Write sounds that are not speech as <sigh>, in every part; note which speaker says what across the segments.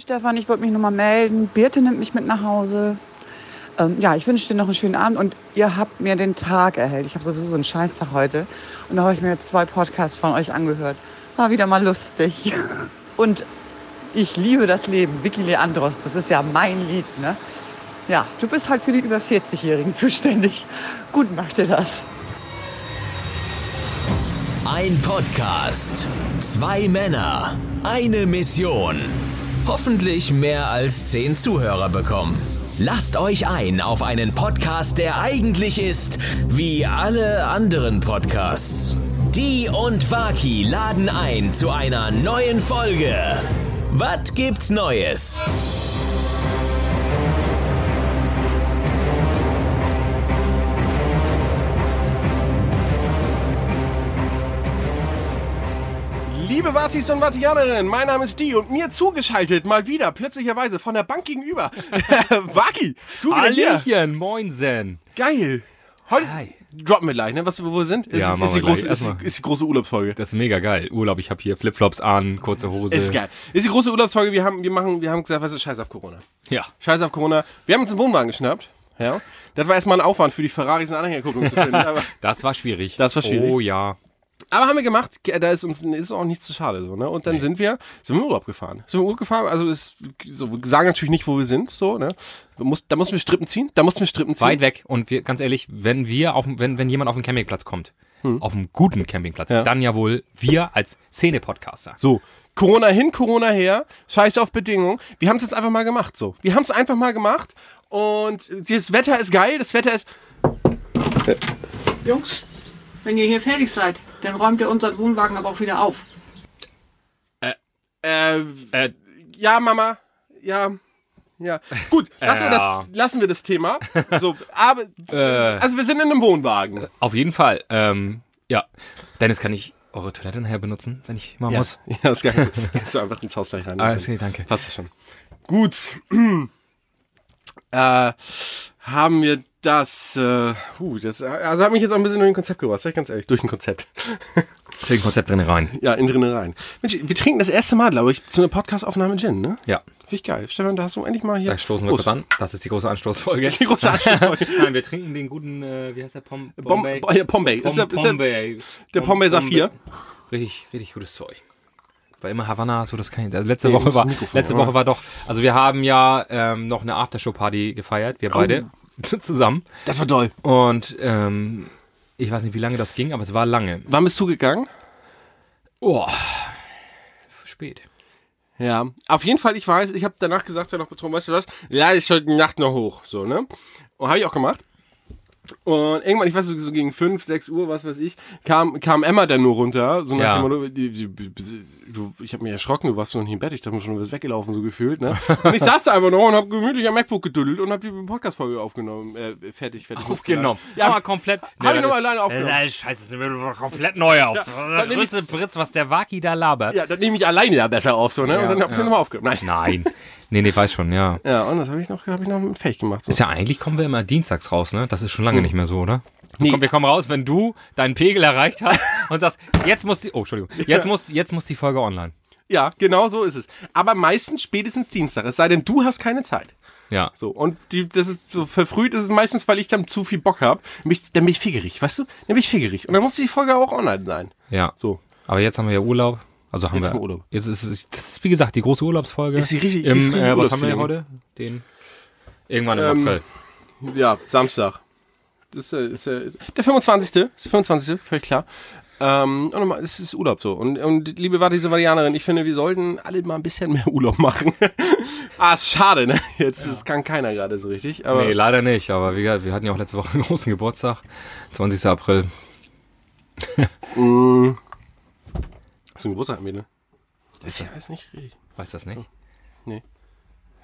Speaker 1: Stefan, ich wollte mich nochmal melden. Birte nimmt mich mit nach Hause. Ähm, ja, ich wünsche dir noch einen schönen Abend und ihr habt mir den Tag erhellt. Ich habe sowieso so einen Scheißtag heute. Und da habe ich mir jetzt zwei Podcasts von euch angehört. War wieder mal lustig. Und ich liebe das Leben. Vicky Leandros, das ist ja mein Lied, ne? Ja, du bist halt für die über 40-Jährigen zuständig. <laughs> Gut macht ihr das.
Speaker 2: Ein Podcast, zwei Männer, eine Mission. Hoffentlich mehr als zehn Zuhörer bekommen. Lasst euch ein auf einen Podcast, der eigentlich ist wie alle anderen Podcasts. Die und Waki laden ein zu einer neuen Folge. Was gibt's Neues?
Speaker 3: Liebe Watis und Vatikanerinnen, mein Name ist Die und mir zugeschaltet, mal wieder, plötzlicherweise von der Bank gegenüber. <laughs> Waki, du wieder hier.
Speaker 4: Hallöchen, moinsen.
Speaker 3: Geil. Heute
Speaker 4: Hi.
Speaker 3: droppen wir gleich, ne? Was wir wo wir sind? Ist,
Speaker 4: Ja,
Speaker 3: ist,
Speaker 4: machen
Speaker 3: die
Speaker 4: wir gleich.
Speaker 3: große, ist,
Speaker 4: Erstmal.
Speaker 3: die- ist die große Urlaubsfolge.
Speaker 4: Das ist mega geil. Urlaub, ich habe hier Flipflops an, kurze Hose.
Speaker 3: Ist geil. Ist die große Urlaubsfolge. Wir haben, wir machen, wir haben gesagt, weißt du, scheiß auf Corona.
Speaker 4: Ja.
Speaker 3: Scheiß auf Corona. Wir haben uns einen Wohnwagen geschnappt. Ja. Das war erstmal ein Aufwand für die Ferraris und Anhängerkupplung zu
Speaker 4: <laughs>
Speaker 3: finden. Aber,
Speaker 4: Das war schwierig.
Speaker 3: Das war schwierig.
Speaker 4: Oh ja.
Speaker 3: aber haben wir gemacht. Da ist uns ist auch nicht zu schade. So, ne? Und dann sind wir, sind wir in Urlaub gefahren. Sind wir in Urlaub gefahren. Also ist, so, wir sagen natürlich nicht, wo wir sind. So, ne? wir muss, da mussten wir Strippen ziehen. Da mussten wir Strippen ziehen.
Speaker 4: Weit weg. Und wir, ganz ehrlich, wenn wir auf, wenn, wenn jemand auf den Campingplatz kommt, auf einem guten Campingplatz,
Speaker 3: Hm. Ja.
Speaker 4: dann ja wohl wir als Szene-Podcaster.
Speaker 3: So, Corona hin, Corona her, scheiß auf Bedingungen. Wir haben es jetzt einfach mal gemacht, so. Wir haben es einfach mal gemacht und das Wetter ist geil, das Wetter ist...
Speaker 5: Jungs, wenn ihr hier fertig seid, dann räumt ihr unseren Wohnwagen aber auch wieder auf.
Speaker 3: Äh,
Speaker 4: Äh,
Speaker 3: ja, Mama, ja... Ja, gut, lassen, wir
Speaker 4: Ja. Äh.
Speaker 3: das, lassen wir das Thema. So, aber, also wir sind in einem Wohnwagen.
Speaker 4: auf jeden Fall. Ähm, ja. Dennis, kann ich eure Toilette nachher benutzen, wenn ich mal muss?
Speaker 3: <laughs> Ja, ist geil. Kannst du einfach ins Haus gleich rein.
Speaker 4: Alles klar, danke.
Speaker 3: Passt das schon. Gut. <clears throat> äh, haben wir das, äh, huh, das, also hat mich jetzt auch ein bisschen durch ein Konzept gebracht, sag ich ganz ehrlich, durch ein Konzept. <laughs>
Speaker 4: Krieg ein Konzept drin rein.
Speaker 3: Ja, in drinnen rein. Mensch, wir trinken das erste Mal, glaube ich, zu einer Podcast-Aufnahme Gin, ne?
Speaker 4: Ja.
Speaker 3: Finde ich geil. Stefan, da hast du endlich mal hier.
Speaker 4: Da stoßen wir
Speaker 3: Prost.
Speaker 4: kurz an. Das ist die große Anstoßfolge.
Speaker 3: <laughs> Die große
Speaker 4: <laughs>
Speaker 3: Anschlussfolge.
Speaker 4: Nein, wir trinken den guten, äh, wie heißt der Pom
Speaker 3: Bom-
Speaker 4: Bombay?
Speaker 3: Bo- ja, Bombay.
Speaker 4: Pom
Speaker 3: Ist der- ist der-
Speaker 4: Bombay.
Speaker 3: Der
Speaker 4: Pom-
Speaker 3: Pombeer Saphir.
Speaker 4: Richtig, richtig gutes Zeug. Weil immer Havanna, so das kann ich. also Letzte
Speaker 3: Nee,
Speaker 4: Woche
Speaker 3: das
Speaker 4: war,
Speaker 3: Mikrofon,
Speaker 4: letzte
Speaker 3: oder?
Speaker 4: Woche war doch. Also wir haben ja ähm, noch eine Aftershow-Party gefeiert, wir beide
Speaker 3: Oh.
Speaker 4: <laughs> zusammen.
Speaker 3: Das war doll.
Speaker 4: Und ähm, ich weiß nicht, wie lange das ging, aber es war lange.
Speaker 3: Wann bist du gegangen?
Speaker 4: Oh, spät.
Speaker 3: Ja. Auf jeden Fall, ich weiß, ich habe danach gesagt, ja noch betrunken, weißt du was? Ja, ich heute Nacht noch hoch. So, ne? Und habe ich auch gemacht. Und irgendwann, ich weiß nicht, so gegen 5, 6 Uhr, was weiß ich, kam, kam Emma dann nur runter. So nach
Speaker 4: Ja.
Speaker 3: dem Motto, die- die- die- du, ich habe mich erschrocken, du warst noch nicht im Bett. Ich dachte mir schon, du bist weggelaufen, so gefühlt. Ne? Und ich saß da einfach noch und habe gemütlich am MacBook gedüdelt und habe die Podcast-Folge aufgenommen. Äh, fertig, fertig.
Speaker 4: Aufgenommen.
Speaker 3: Ja,
Speaker 4: aber komplett.
Speaker 3: ich
Speaker 4: das
Speaker 3: nochmal
Speaker 4: ist-
Speaker 3: alleine aufgenommen.
Speaker 4: Äh, scheiße, das nehmen wir komplett neu auf.
Speaker 3: dann
Speaker 4: das
Speaker 3: nehm ich-
Speaker 4: größte Britz, was der Waki da labert.
Speaker 3: Ja, dann nehme ich alleine ja besser auf, so, ne? und dann habe ich ja. nochmal aufgenommen. Nein.
Speaker 4: Nein. Nee, nee, weiß schon, ja.
Speaker 3: Ja, und das habe ich noch, hab ich noch fähig gemacht. So.
Speaker 4: Ist ja eigentlich kommen wir immer dienstags raus, ne? Das ist schon lange nicht mehr so, oder?
Speaker 3: Hm. Nee.
Speaker 4: Komm, wir kommen raus, wenn du deinen Pegel erreicht hast
Speaker 3: <laughs>
Speaker 4: und sagst, jetzt muss die, oh, Entschuldigung, jetzt muss, jetzt muss die Folge online.
Speaker 3: Ja, genau so ist es. Aber meistens spätestens Dienstag, es sei denn, du hast keine Zeit.
Speaker 4: Ja.
Speaker 3: So, und die, das ist so verfrüht ist es meistens, weil ich dann zu viel Bock habe. Mich, dann bin ich figgerig, weißt du? Dann bin ich figgerig. Und dann muss die Folge auch online sein.
Speaker 4: Ja.
Speaker 3: So.
Speaker 4: Aber jetzt haben wir ja Urlaub. Also haben
Speaker 3: Jetzt
Speaker 4: wir
Speaker 3: haben wir Urlaub.
Speaker 4: Jetzt ist es, das ist, wie gesagt, die große Urlaubsfolge.
Speaker 3: Ist die richtig-
Speaker 4: Im,
Speaker 3: ist richtig
Speaker 4: äh, was haben wir
Speaker 3: Urlaubsfeeling.
Speaker 4: heute? Den. Irgendwann im
Speaker 3: Ähm,
Speaker 4: April.
Speaker 3: Ja, Samstag. Das ist, äh, ist äh, der 25. Ist der 25. Völlig klar. Ähm, und nochmal, es ist Urlaub so. Und, und liebe Vatis und Vatianerin, ich finde, wir sollten alle mal ein bisschen mehr Urlaub machen. <laughs> ah, ist schade, ne? Jetzt das kann keiner gerade so richtig. Aber
Speaker 4: Nee, leider nicht, aber wie gesagt, wir hatten ja auch letzte Woche einen großen Geburtstag. 20. April.
Speaker 3: zum Geburtstag haben wir, ne? Das ist ja alles nicht richtig.
Speaker 4: Weißt du das nicht?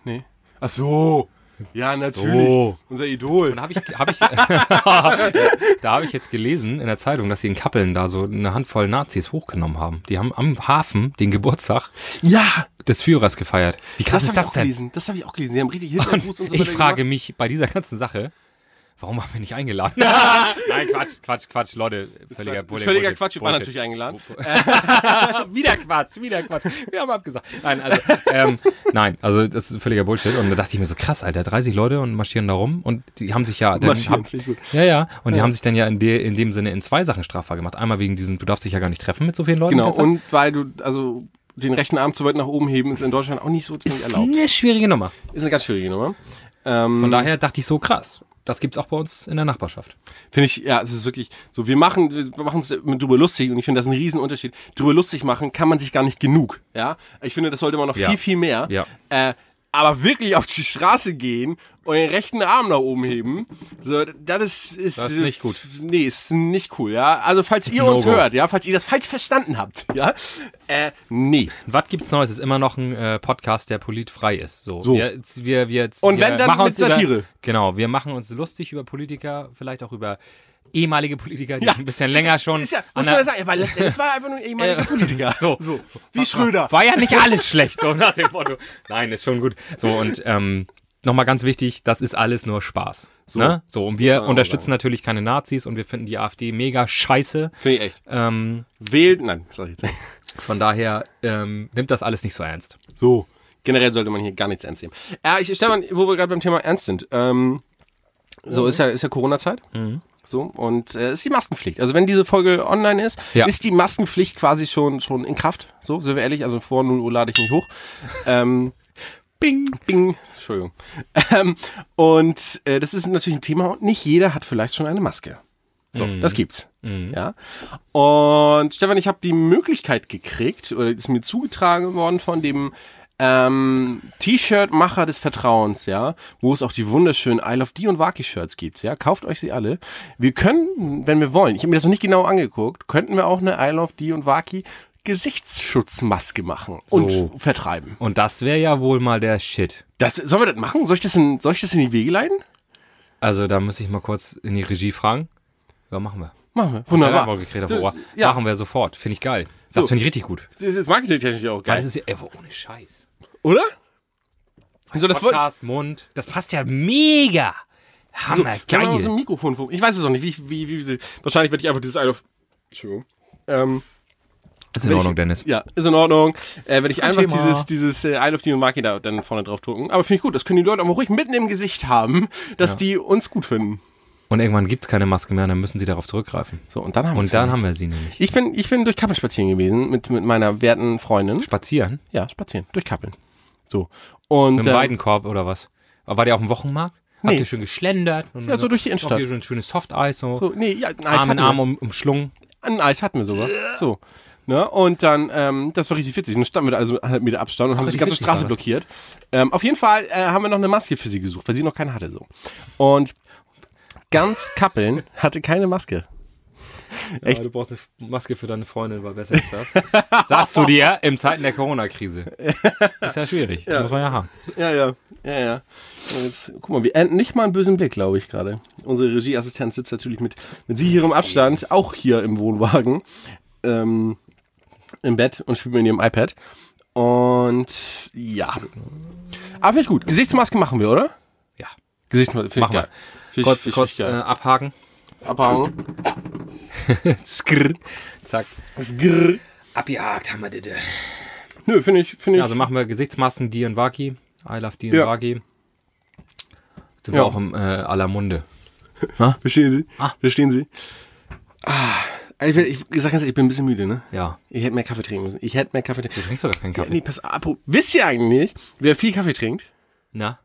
Speaker 3: Nee. Ach so. Ja, natürlich.
Speaker 4: So.
Speaker 3: Unser Idol.
Speaker 4: Und da habe ich, hab ich, da habe ich <laughs> jetzt gelesen in der Zeitung, dass sie in Kappeln da so eine Handvoll Nazis hochgenommen haben. Die haben am Hafen den Geburtstag
Speaker 3: Ja,
Speaker 4: des Führers gefeiert. Wie krass
Speaker 3: das,
Speaker 4: ist
Speaker 3: habe ich
Speaker 4: das
Speaker 3: auch
Speaker 4: denn? <laughs>
Speaker 3: gelesen. Das habe ich auch gelesen. Die haben richtig Hitlergruß und so
Speaker 4: Ich
Speaker 3: weiter
Speaker 4: frage
Speaker 3: gemacht.
Speaker 4: mich bei dieser ganzen Sache, warum waren wir nicht eingeladen?
Speaker 3: <laughs>
Speaker 4: Nein, Quatsch, Quatsch, Quatsch, Leute. Völliger,
Speaker 3: Quatsch.
Speaker 4: Bullshit,
Speaker 3: Völliger
Speaker 4: Bullshit,
Speaker 3: Quatsch, ich war
Speaker 4: Bullshit.
Speaker 3: natürlich eingeladen.
Speaker 4: <laughs> wieder Quatsch, wieder Quatsch. Wir haben abgesagt. Nein, also, ähm, nein, also das ist völliger Bullshit. Und da dachte ich mir so, krass, Alter, 30 Leute und marschieren da rum. Und die haben sich ja. Dann,
Speaker 3: Marschieren,
Speaker 4: haben-
Speaker 3: finde ich gut.
Speaker 4: ja, ja. Und die haben sich dann ja in, de, in dem Sinne in zwei Sachen strafbar gemacht. Einmal wegen diesen, du darfst dich ja gar nicht treffen mit so vielen Leuten.
Speaker 3: Genau,
Speaker 4: derzeit.
Speaker 3: und weil du, also den rechten Arm zu weit nach oben heben, ist in Deutschland auch nicht so ziemlich
Speaker 4: ist
Speaker 3: erlaubt.
Speaker 4: eine schwierige Nummer.
Speaker 3: Ist eine ganz schwierige Nummer. Ähm,
Speaker 4: Von daher dachte ich so, krass. Das gibt's auch bei uns in der Nachbarschaft.
Speaker 3: Finde ich, ja, es ist wirklich so, wir machen wir machen es mit drüber lustig und ich finde, das ist ein Riesenunterschied. Drüber lustig machen kann man sich gar nicht genug, ja. Ich finde, das sollte man noch
Speaker 4: Ja.
Speaker 3: viel, viel mehr.
Speaker 4: Ja.
Speaker 3: Äh, aber wirklich auf die Straße gehen und den rechten Arm nach oben heben, so, das ist, ist,
Speaker 4: Das ist nicht gut.
Speaker 3: Nee, ist nicht cool, ja. Also, falls ihr
Speaker 4: ein
Speaker 3: uns
Speaker 4: No-Go.
Speaker 3: hört, ja, falls ihr das falsch verstanden habt, ja, äh, nee.
Speaker 4: Was gibt's Neues? Ist immer noch ein äh, Podcast, der politfrei ist. So.
Speaker 3: So.
Speaker 4: Wir, wir, wir,
Speaker 3: Und
Speaker 4: wir
Speaker 3: wenn, dann
Speaker 4: machen
Speaker 3: mit
Speaker 4: uns über-
Speaker 3: Satire.
Speaker 4: Genau, wir machen uns lustig über Politiker, vielleicht auch über ehemalige Politiker, die
Speaker 3: Ja,
Speaker 4: ein bisschen länger
Speaker 3: ist,
Speaker 4: schon.
Speaker 3: Ist ja,
Speaker 4: an
Speaker 3: muss man ja
Speaker 4: der-
Speaker 3: sagen, weil letztendlich war er einfach nur ein ehemaliger
Speaker 4: <laughs> Äh,
Speaker 3: Politiker.
Speaker 4: so.
Speaker 3: Wie Schröder.
Speaker 4: War ja nicht alles schlecht, so nach dem Motto. Nein, ist schon gut. So, und ähm, nochmal ganz wichtig, das ist alles nur Spaß. So, ne? so und
Speaker 3: man
Speaker 4: wir
Speaker 3: auch
Speaker 4: unterstützen
Speaker 3: sagen.
Speaker 4: natürlich keine Nazis und wir finden die AfD mega scheiße.
Speaker 3: Finde ich echt.
Speaker 4: Ähm,
Speaker 3: Wählt, nein, sorry.
Speaker 4: von daher ähm, nimmt das alles nicht so ernst.
Speaker 3: So. Generell sollte man hier gar nichts ernst nehmen. Äh, ich, Stefan, wo wir gerade beim Thema ernst sind. Ähm, so ist ja, ist ja Corona-Zeit. So, und äh, ist die Maskenpflicht. Also wenn diese Folge online ist,
Speaker 4: Ja.
Speaker 3: ist die Maskenpflicht quasi schon, schon in Kraft. So, sind wir ehrlich, also vor 0 Uhr lade ich nicht hoch. Ähm,
Speaker 4: Bing.
Speaker 3: Bing. Entschuldigung. Ähm, und äh, das ist natürlich ein Thema und nicht jeder hat vielleicht schon eine Maske. So, das gibt's. Ja. Und Stefan, ich habe die Möglichkeit gekriegt, oder ist mir zugetragen worden von dem ähm, T-Shirt-Macher des Vertrauens, ja, wo es auch die wunderschönen I Love D und Waki-Shirts gibt, ja, kauft euch sie alle. Wir können, wenn wir wollen, ich habe mir das noch nicht genau angeguckt, könnten wir auch eine I Love D und Waki Gesichtsschutzmaske machen
Speaker 4: So.
Speaker 3: und vertreiben.
Speaker 4: Und das wäre ja wohl mal der Shit.
Speaker 3: Das, sollen wir das machen? Soll ich das in, soll ich das in die Wege leiten?
Speaker 4: Also da muss ich mal kurz in die Regie fragen. Ja, machen wir.
Speaker 3: Machen wir.
Speaker 4: Ja,
Speaker 3: Wunderbar.
Speaker 4: wohl gekriegt auf
Speaker 3: Das-
Speaker 4: Ohr.
Speaker 3: ja.
Speaker 4: Machen wir sofort. Finde ich geil. Das
Speaker 3: So.
Speaker 4: finde ich richtig gut.
Speaker 3: Das ist marketingtechnisch auch
Speaker 4: Weil
Speaker 3: geil.
Speaker 4: das ist ja, ey, ohne Scheiß.
Speaker 3: Oder? Also das wollte
Speaker 4: Podcast, Mund. Das passt ja mega. Hammer,
Speaker 3: Kann man
Speaker 4: Ah, geil.
Speaker 3: auch Also, so ein Mikrofon funken? Ich weiß es noch nicht. Wie, wie, wie, wie, wahrscheinlich werde ich einfach dieses Isle of. Entschuldigung. Ähm,
Speaker 4: ist in
Speaker 3: wenn
Speaker 4: Ordnung,
Speaker 3: ich,
Speaker 4: Dennis.
Speaker 3: Ja, ist in Ordnung. Äh, werde ich einfach
Speaker 4: Thema.
Speaker 3: dieses, dieses äh, Isle of Demon Marki da dann vorne drauf drucken. Aber finde ich gut. Das können die Leute auch mal ruhig mitten im Gesicht haben, dass die uns gut finden.
Speaker 4: Und irgendwann gibt es keine Maske mehr, und dann müssen sie darauf zurückgreifen.
Speaker 3: So, und dann haben
Speaker 4: Und dann
Speaker 3: haben
Speaker 4: haben wir sie nämlich.
Speaker 3: ich bin, ich bin durch Kappeln spazieren gewesen mit, mit meiner werten Freundin.
Speaker 4: Spazieren?
Speaker 3: Ja, spazieren. Durch Kappeln. So. Und.
Speaker 4: Mit
Speaker 3: ähm,
Speaker 4: dem Weidenkorb oder was? War der auf dem Wochenmarkt?
Speaker 3: Nee.
Speaker 4: Habt ihr schön geschlendert? Und
Speaker 3: Ja, so durch die Innenstadt.
Speaker 4: Auch hier so ein schönes Softeis, so,
Speaker 3: so, nee, ja, ein Eis hatten
Speaker 4: Arm in
Speaker 3: wir.
Speaker 4: Arm um, umschlungen.
Speaker 3: Ein Eis hatten wir sogar. So. Ne? Und dann, ähm, das war richtig witzig. Dann standen wir da also mit einem Meter Abstand und haben die
Speaker 4: richtig
Speaker 3: ganze
Speaker 4: witzig
Speaker 3: Straße
Speaker 4: war das.
Speaker 3: blockiert. Ähm, auf jeden Fall äh, haben wir noch eine Maske für sie gesucht, weil sie noch keine hatte. so. Und ganz Kappeln hatte keine Maske. Echt?
Speaker 4: Aber du brauchst eine Maske für deine Freundin, weil besser ist das. <laughs> Sagst du dir im Zeiten
Speaker 3: <laughs>
Speaker 4: der Corona-Krise. Ist ja schwierig. Muss man ja haben.
Speaker 3: Ja, ja, ja, ja. Und Jetzt, guck mal, wir enden nicht mal einen bösen Blick, glaube ich, gerade. Unsere Regieassistenz sitzt natürlich mit, mit sicherem Abstand, auch hier im Wohnwagen, ähm, im Bett und spielt mit ihrem iPad. Und ja. Aber finde ich gut. Gesichtsmaske machen wir, oder?
Speaker 4: Ja.
Speaker 3: Gesichtsmaske, finde ich
Speaker 4: Machen wir.
Speaker 3: geil. Find ich-
Speaker 4: Kurz,
Speaker 3: find ich
Speaker 4: kurz äh,
Speaker 3: geil.
Speaker 4: abhaken.
Speaker 3: äh, abhauen.
Speaker 4: Skrr. Zack.
Speaker 3: Skrrr.
Speaker 4: Abgehakt haben wir das.
Speaker 3: Nö, finde ich, finde ich.
Speaker 4: Ja, also machen wir Gesichtsmasken, die und Waki. I love die und
Speaker 3: Ja.
Speaker 4: Waki. Sind
Speaker 3: Ja.
Speaker 4: wir auch im äh, aller Munde.
Speaker 3: verstehen Sie? Verstehen Sie? Ah, ich, ich, ich sag ganz ehrlich, ich bin ein bisschen müde, ne?
Speaker 4: Ja.
Speaker 3: Ich hätte mehr Kaffee trinken müssen. Ich hätte mehr Kaffee trinken
Speaker 4: Du trinkst doch gar keinen Kaffee.
Speaker 3: Nee, pass ab. Wisst ihr eigentlich, wer viel Kaffee trinkt? <laughs>
Speaker 4: Na?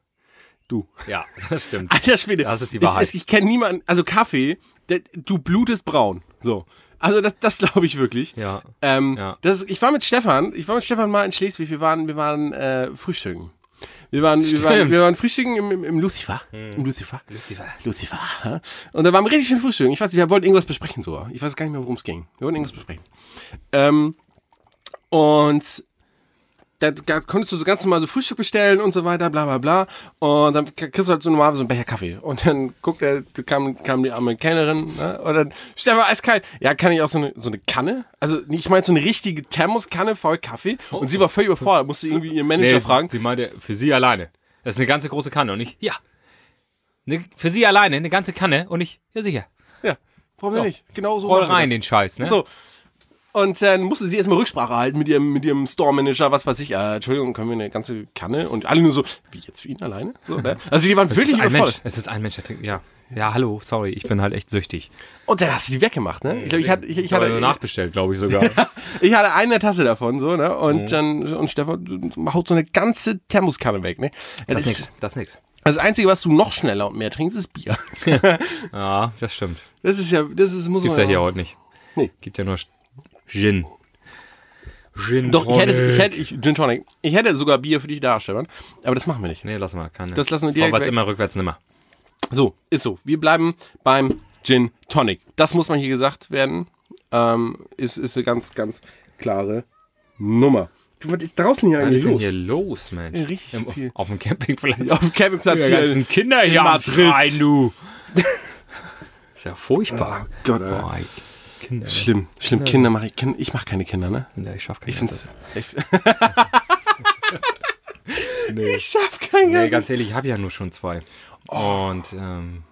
Speaker 3: Du.
Speaker 4: Ja, <laughs> das
Speaker 3: <laughs>
Speaker 4: stimmt.
Speaker 3: Alter Schwede.
Speaker 4: Das ist die Wahrheit.
Speaker 3: Ich, ich, ich kenne niemanden. Also Kaffee, der, du blutest braun. So. Also das, das <laughs> glaube ich wirklich.
Speaker 4: Ja.
Speaker 3: Ähm,
Speaker 4: Ja.
Speaker 3: Das ist, ich war mit Stefan, ich war mit Stefan mal in Schleswig, wir waren, wir waren äh, frühstücken. Wir waren, wir waren,
Speaker 4: Stimmt. Hm.
Speaker 3: wir waren frühstücken im, im, im Lucifer. Im Lucifer.
Speaker 4: Lucifer.
Speaker 3: Lucifer. hä? Und da waren wir richtig schön frühstücken. Ich weiß nicht, wir wollten irgendwas besprechen sogar. Ich weiß gar nicht mehr, worum es ging. Wir wollten irgendwas besprechen. Ähm, und da, da konntest du so ganz normal so Frühstück bestellen und so weiter, bla bla bla. Und dann k- kriegst du halt so normal so einen Becher Kaffee. Und dann guckt er, kam, kam die arme Kellnerin, ne? Und dann, Stefan, eiskalt. Ja, kann ich auch so eine, so eine Kanne? Also, nee, ich meine so eine richtige Thermoskanne voll Kaffee. Und sie war völlig überfordert, musste irgendwie ihren Manager
Speaker 4: Nee,
Speaker 3: fragen.
Speaker 4: Sie, sie meinte, für sie alleine. Das ist eine ganze große Kanne und ich, ja. Ne, für sie alleine, eine ganze Kanne und ich, ja sicher,
Speaker 3: Ja, warum
Speaker 4: So.
Speaker 3: nicht? Genau so.
Speaker 4: voll
Speaker 3: machen wir
Speaker 4: rein
Speaker 3: das.
Speaker 4: den Scheiß, ne?
Speaker 3: So. Und dann musste sie erstmal Rücksprache halten mit ihrem, mit ihrem Store-Manager, was weiß ich. Äh, Entschuldigung, können wir eine ganze Kanne? Und alle nur so, wie jetzt für ihn alleine? So,
Speaker 4: <laughs>
Speaker 3: ne? Also die waren
Speaker 4: es
Speaker 3: wirklich
Speaker 4: ist ein
Speaker 3: überfordert.
Speaker 4: Mensch, es ist ein Mensch, der trinkt, ja. Ja, hallo, sorry, ich bin halt echt süchtig.
Speaker 3: Und dann hast du die weggemacht, ne? Ich, glaub, ich, hatte, ich, ich,
Speaker 4: habe
Speaker 3: hatte,
Speaker 4: nachbestellt, glaube
Speaker 3: <laughs>
Speaker 4: ich sogar.
Speaker 3: ich hatte eine Tasse davon, so, ne? Und dann, und Stefan haut so eine ganze Thermoskanne weg, ne? Ja,
Speaker 4: Das ist
Speaker 3: das,
Speaker 4: nix, das ist nix.
Speaker 3: also das Einzige, was du noch schneller und mehr trinkst, ist Bier. <laughs>
Speaker 4: Ja, das stimmt.
Speaker 3: Das ist ja, das ist, muss
Speaker 4: Gibt's ja
Speaker 3: man
Speaker 4: hier heute nicht.
Speaker 3: Nee.
Speaker 4: Gibt ja nur Sch- Gin. Gin.
Speaker 3: Doch, ich hätte, es- ich
Speaker 4: Tonic.
Speaker 3: hätte, ich, Gin Tonic. Ich hätte sogar Bier für dich da, Stefan. Aber das machen wir nicht.
Speaker 4: Nee, lass mal, keine.
Speaker 3: Das lassen wir direkt
Speaker 4: Vorwärts
Speaker 3: weg.
Speaker 4: immer, rückwärts nimmer.
Speaker 3: So, ist so. Wir bleiben beim Gin Tonic. Das muss man hier gesagt werden. Ähm, ist, ist eine ganz, ganz klare Nummer. Du, was ist draußen hier
Speaker 4: Was
Speaker 3: eigentlich
Speaker 4: ist denn
Speaker 3: los?
Speaker 4: hier los, Mensch?
Speaker 3: Ja, richtig
Speaker 4: Im-
Speaker 3: viel.
Speaker 4: Auf dem Campingplatz.
Speaker 3: Auf dem Campingplatz
Speaker 4: Die
Speaker 3: hier.
Speaker 4: ganzen Kinder hier
Speaker 3: in
Speaker 4: am
Speaker 3: Madrid.
Speaker 4: Schreien, du.
Speaker 3: <laughs>
Speaker 4: ist ja furchtbar.
Speaker 3: Oh Gott, Alter.
Speaker 4: Boah, ey, Kinder.
Speaker 3: Schlimm, schlimm. Kinder mache ich. Kinder, ich mache keine Kinder, ne?
Speaker 4: Kinder, ich schaff keine
Speaker 3: Ich find's. <laughs> Ich,
Speaker 4: <laughs> Nee.
Speaker 3: ich schaff kein
Speaker 4: Nee,
Speaker 3: Geld.
Speaker 4: ganz ehrlich, ich habe ja nur schon zwei.
Speaker 3: Oh.
Speaker 4: Und ähm,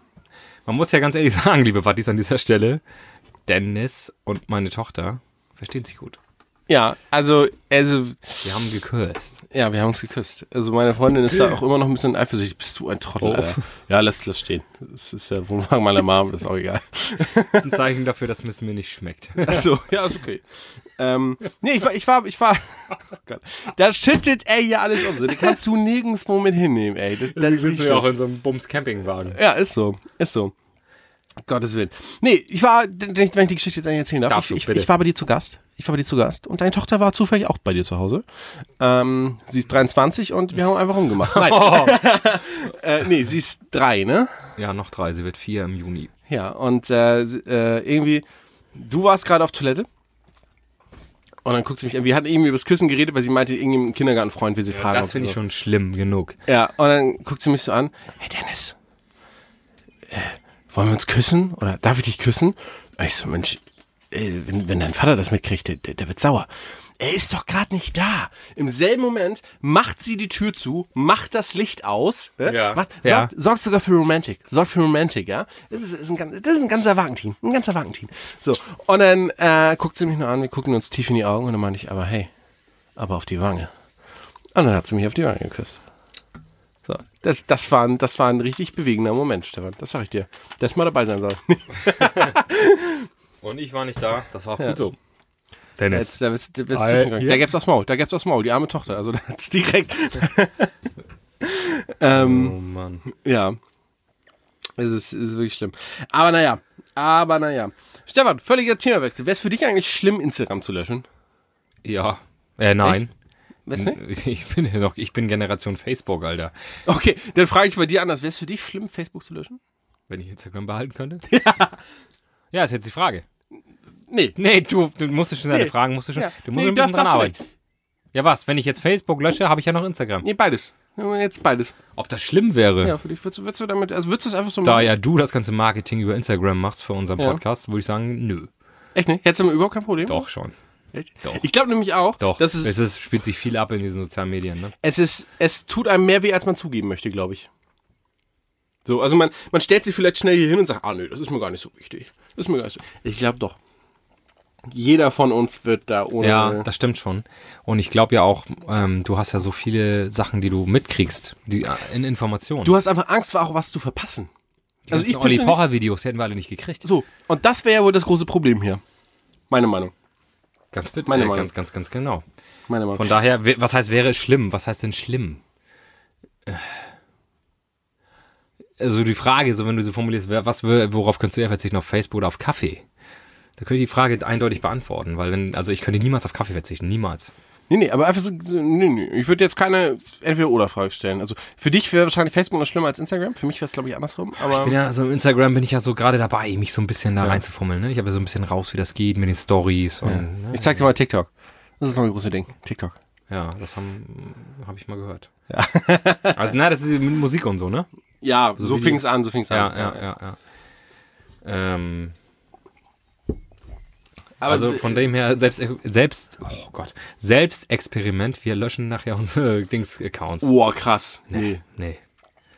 Speaker 4: man muss ja ganz ehrlich <laughs> sagen, liebe Wattis an dieser Stelle, Dennis und meine Tochter verstehen sich gut.
Speaker 3: Ja, also, also,
Speaker 4: Wir haben gekürzt.
Speaker 3: ja, wir haben uns geküsst. Also, meine Freundin ist da auch immer noch ein bisschen eifersüchtig. Bist du ein Trottel,
Speaker 4: Oh.
Speaker 3: Alter? Ja, lass, lass stehen. Das ist der Wohnwagen <laughs> meiner Mom, ist auch egal.
Speaker 4: Das ist ein Zeichen dafür, dass es mir nicht
Speaker 3: <laughs>
Speaker 4: schmeckt.
Speaker 3: Achso, Also, ja, ist okay. ähm, nee, ich war, ich war, ich war. <laughs> Oh Gott. Da schüttet ey hier alles um. Da kannst du nirgendwo mit hinnehmen, ey. Das, das ist richtig.
Speaker 4: in so einem Bums-Campingwagen.
Speaker 3: Ja, ist so. Ist so. Gottes Willen. Nee, ich war, wenn ich wenn ich die Geschichte jetzt eigentlich erzählen darf,
Speaker 4: Darfst du,
Speaker 3: ich, ich,
Speaker 4: bitte.
Speaker 3: ich war bei dir zu Gast. Ich war bei dir zu Gast. Und deine Tochter war zufällig auch bei dir zu Hause. Ähm, sie ist 23 und wir haben einfach rumgemacht. Nein.
Speaker 4: <laughs>
Speaker 3: <laughs> äh, nee, sie ist drei, ne?
Speaker 4: Ja, noch drei. Sie wird vier im Juni.
Speaker 3: Ja, und äh, sie- äh, irgendwie, du warst gerade auf Toilette. Und dann guckt sie mich an. Wir hatten irgendwie über das Küssen geredet, weil sie meinte, irgendein Kindergartenfreund will sie fragen.
Speaker 4: Das
Speaker 3: ob
Speaker 4: finde ich
Speaker 3: Ah, so.
Speaker 4: schon schlimm genug.
Speaker 3: Ja, und dann guckt sie mich so an. Hey Dennis, äh, wollen wir uns küssen? Oder darf ich dich küssen? Und ich so, Mensch, äh, wenn, wenn dein Vater das mitkriegt, der, der der wird sauer. Er ist doch gerade nicht da. Im selben Moment macht sie die Tür zu, macht das Licht aus, ne?
Speaker 4: Ja.
Speaker 3: macht,
Speaker 4: Ja.
Speaker 3: Sorgt, sorgt sogar für Romantik. Sorgt für Romantik, ja. Das ist, ist, ein, ganz- das ist ein ganzer Wagenteam. Ein ganzer Wagenteam. So, und dann äh, guckt sie mich nur an, wir gucken uns tief in die Augen und dann meinte ich, aber hey, aber auf die Wange. Und dann hat sie mich auf die Wange geküsst. So, das, das, war ein, das war ein richtig bewegender Moment, Stefan. Das sag ich dir. Dass mal dabei sein soll.
Speaker 4: Und ich war nicht da. Das war auch gut so. Dennis.
Speaker 3: Jetzt, da bist, da bist
Speaker 4: Ei,
Speaker 3: du zwischengegangen.
Speaker 4: ja.
Speaker 3: da gäb's das Maul, da gäb's das Maul, die arme Tochter. Also <laughs> da hat's direkt. ähm,
Speaker 4: Oh Mann.
Speaker 3: ja. Es ist, es ist wirklich schlimm. Aber naja. Aber naja. Stefan, völliger Themawechsel. Wäre es für dich eigentlich schlimm, Instagram zu löschen?
Speaker 4: Ja. Äh, nein.
Speaker 3: Weißt du?
Speaker 4: <laughs> Ich bin ja noch, ich bin Generation Facebook, Alter.
Speaker 3: Okay, dann frage ich bei dir anders. Wäre es für dich schlimm, Facebook zu löschen?
Speaker 4: Wenn ich Instagram behalten könnte?
Speaker 3: <laughs>
Speaker 4: Ja. Ja, ist jetzt die Frage.
Speaker 3: Nee.
Speaker 4: Nee, du, du musst schon deine
Speaker 3: Nee.
Speaker 4: Fragen, musst du schon.
Speaker 3: Ja.
Speaker 4: Du musst
Speaker 3: Nee,
Speaker 4: ein bisschen
Speaker 3: darfst-
Speaker 4: dran
Speaker 3: darfst du
Speaker 4: arbeiten. Ja, was? Wenn ich jetzt Facebook lösche, habe ich ja noch Instagram.
Speaker 3: Nee, beides. Jetzt beides.
Speaker 4: Ob das schlimm wäre,
Speaker 3: Ja, für dich. Würdest, du- würdest du damit, also würdest du es einfach so machen?
Speaker 4: da ja du das ganze Marketing über Instagram machst für unseren
Speaker 3: Ja.
Speaker 4: Podcast, würde ich sagen, nö.
Speaker 3: Echt nicht? Hättest du damit überhaupt kein Problem?
Speaker 4: Doch schon.
Speaker 3: Echt?
Speaker 4: Doch.
Speaker 3: Ich glaube nämlich auch,
Speaker 4: Doch.
Speaker 3: dass es,
Speaker 4: es ist, spielt sich viel ab in diesen sozialen Medien, ne?
Speaker 3: es ist, es tut einem mehr weh, als man zugeben möchte, glaube ich. So, also man, man stellt sich vielleicht schnell hier hin und sagt, ah nö, das ist mir gar nicht so wichtig. Das ist mir gar nicht so. Ich glaube doch. Jeder von uns wird da ohne.
Speaker 4: Ja, das stimmt schon. Und ich glaube ja auch, ähm, du hast ja so viele Sachen, die du mitkriegst, die äh, in Informationen.
Speaker 3: du hast einfach Angst, auch was zu verpassen.
Speaker 4: die also ich Olli
Speaker 3: persönlich-
Speaker 4: Pocher Videos, die hätten wir alle nicht gekriegt.
Speaker 3: So, und das wäre ja wohl das große Problem hier. Meine Meinung.
Speaker 4: Ganz, mit,
Speaker 3: Meine
Speaker 4: äh,
Speaker 3: Meinung.
Speaker 4: ganz, ganz, ganz genau.
Speaker 3: Meine Meinung.
Speaker 4: Von daher, we- was heißt wäre es schlimm? Was heißt denn schlimm? Äh, Also die Frage, so wenn du sie formulierst, wer- was, wär- worauf könntest du eher verzichten, auf Facebook oder auf Kaffee? Da könnte ich die Frage eindeutig beantworten, weil dann, also ich könnte niemals auf Kaffee verzichten, niemals.
Speaker 3: Nee, nee, aber einfach so, so nee, nee. Ich würde jetzt keine Entweder-Oder-Frage stellen. Also für dich wäre wahrscheinlich Facebook noch schlimmer als Instagram. Für mich wäre es, glaube ich, andersrum. Aber
Speaker 4: Ich bin ja, so im Instagram bin ich ja so gerade dabei, mich so ein bisschen da reinzufummeln, ne? Ich habe ja so ein bisschen raus, wie das geht mit den Stories und, ne?
Speaker 3: Ich zeig dir mal TikTok. Das ist mein großes Ding. TikTok.
Speaker 4: ja, das haben, habe ich mal gehört. <laughs> also, na, das ist mit Musik und so, ne?
Speaker 3: Ja, so,
Speaker 4: Video-
Speaker 3: fing's an, so fing's
Speaker 4: Ja,
Speaker 3: an.
Speaker 4: ja, ja, ja. Ähm,
Speaker 3: Aber
Speaker 4: also von dem her, selbst, selbst, oh Gott, Uh. selbst Experiment, wir löschen nachher unsere <laughs> Dings-Accounts.
Speaker 3: Boah, krass. oh, Nee.
Speaker 4: Nee.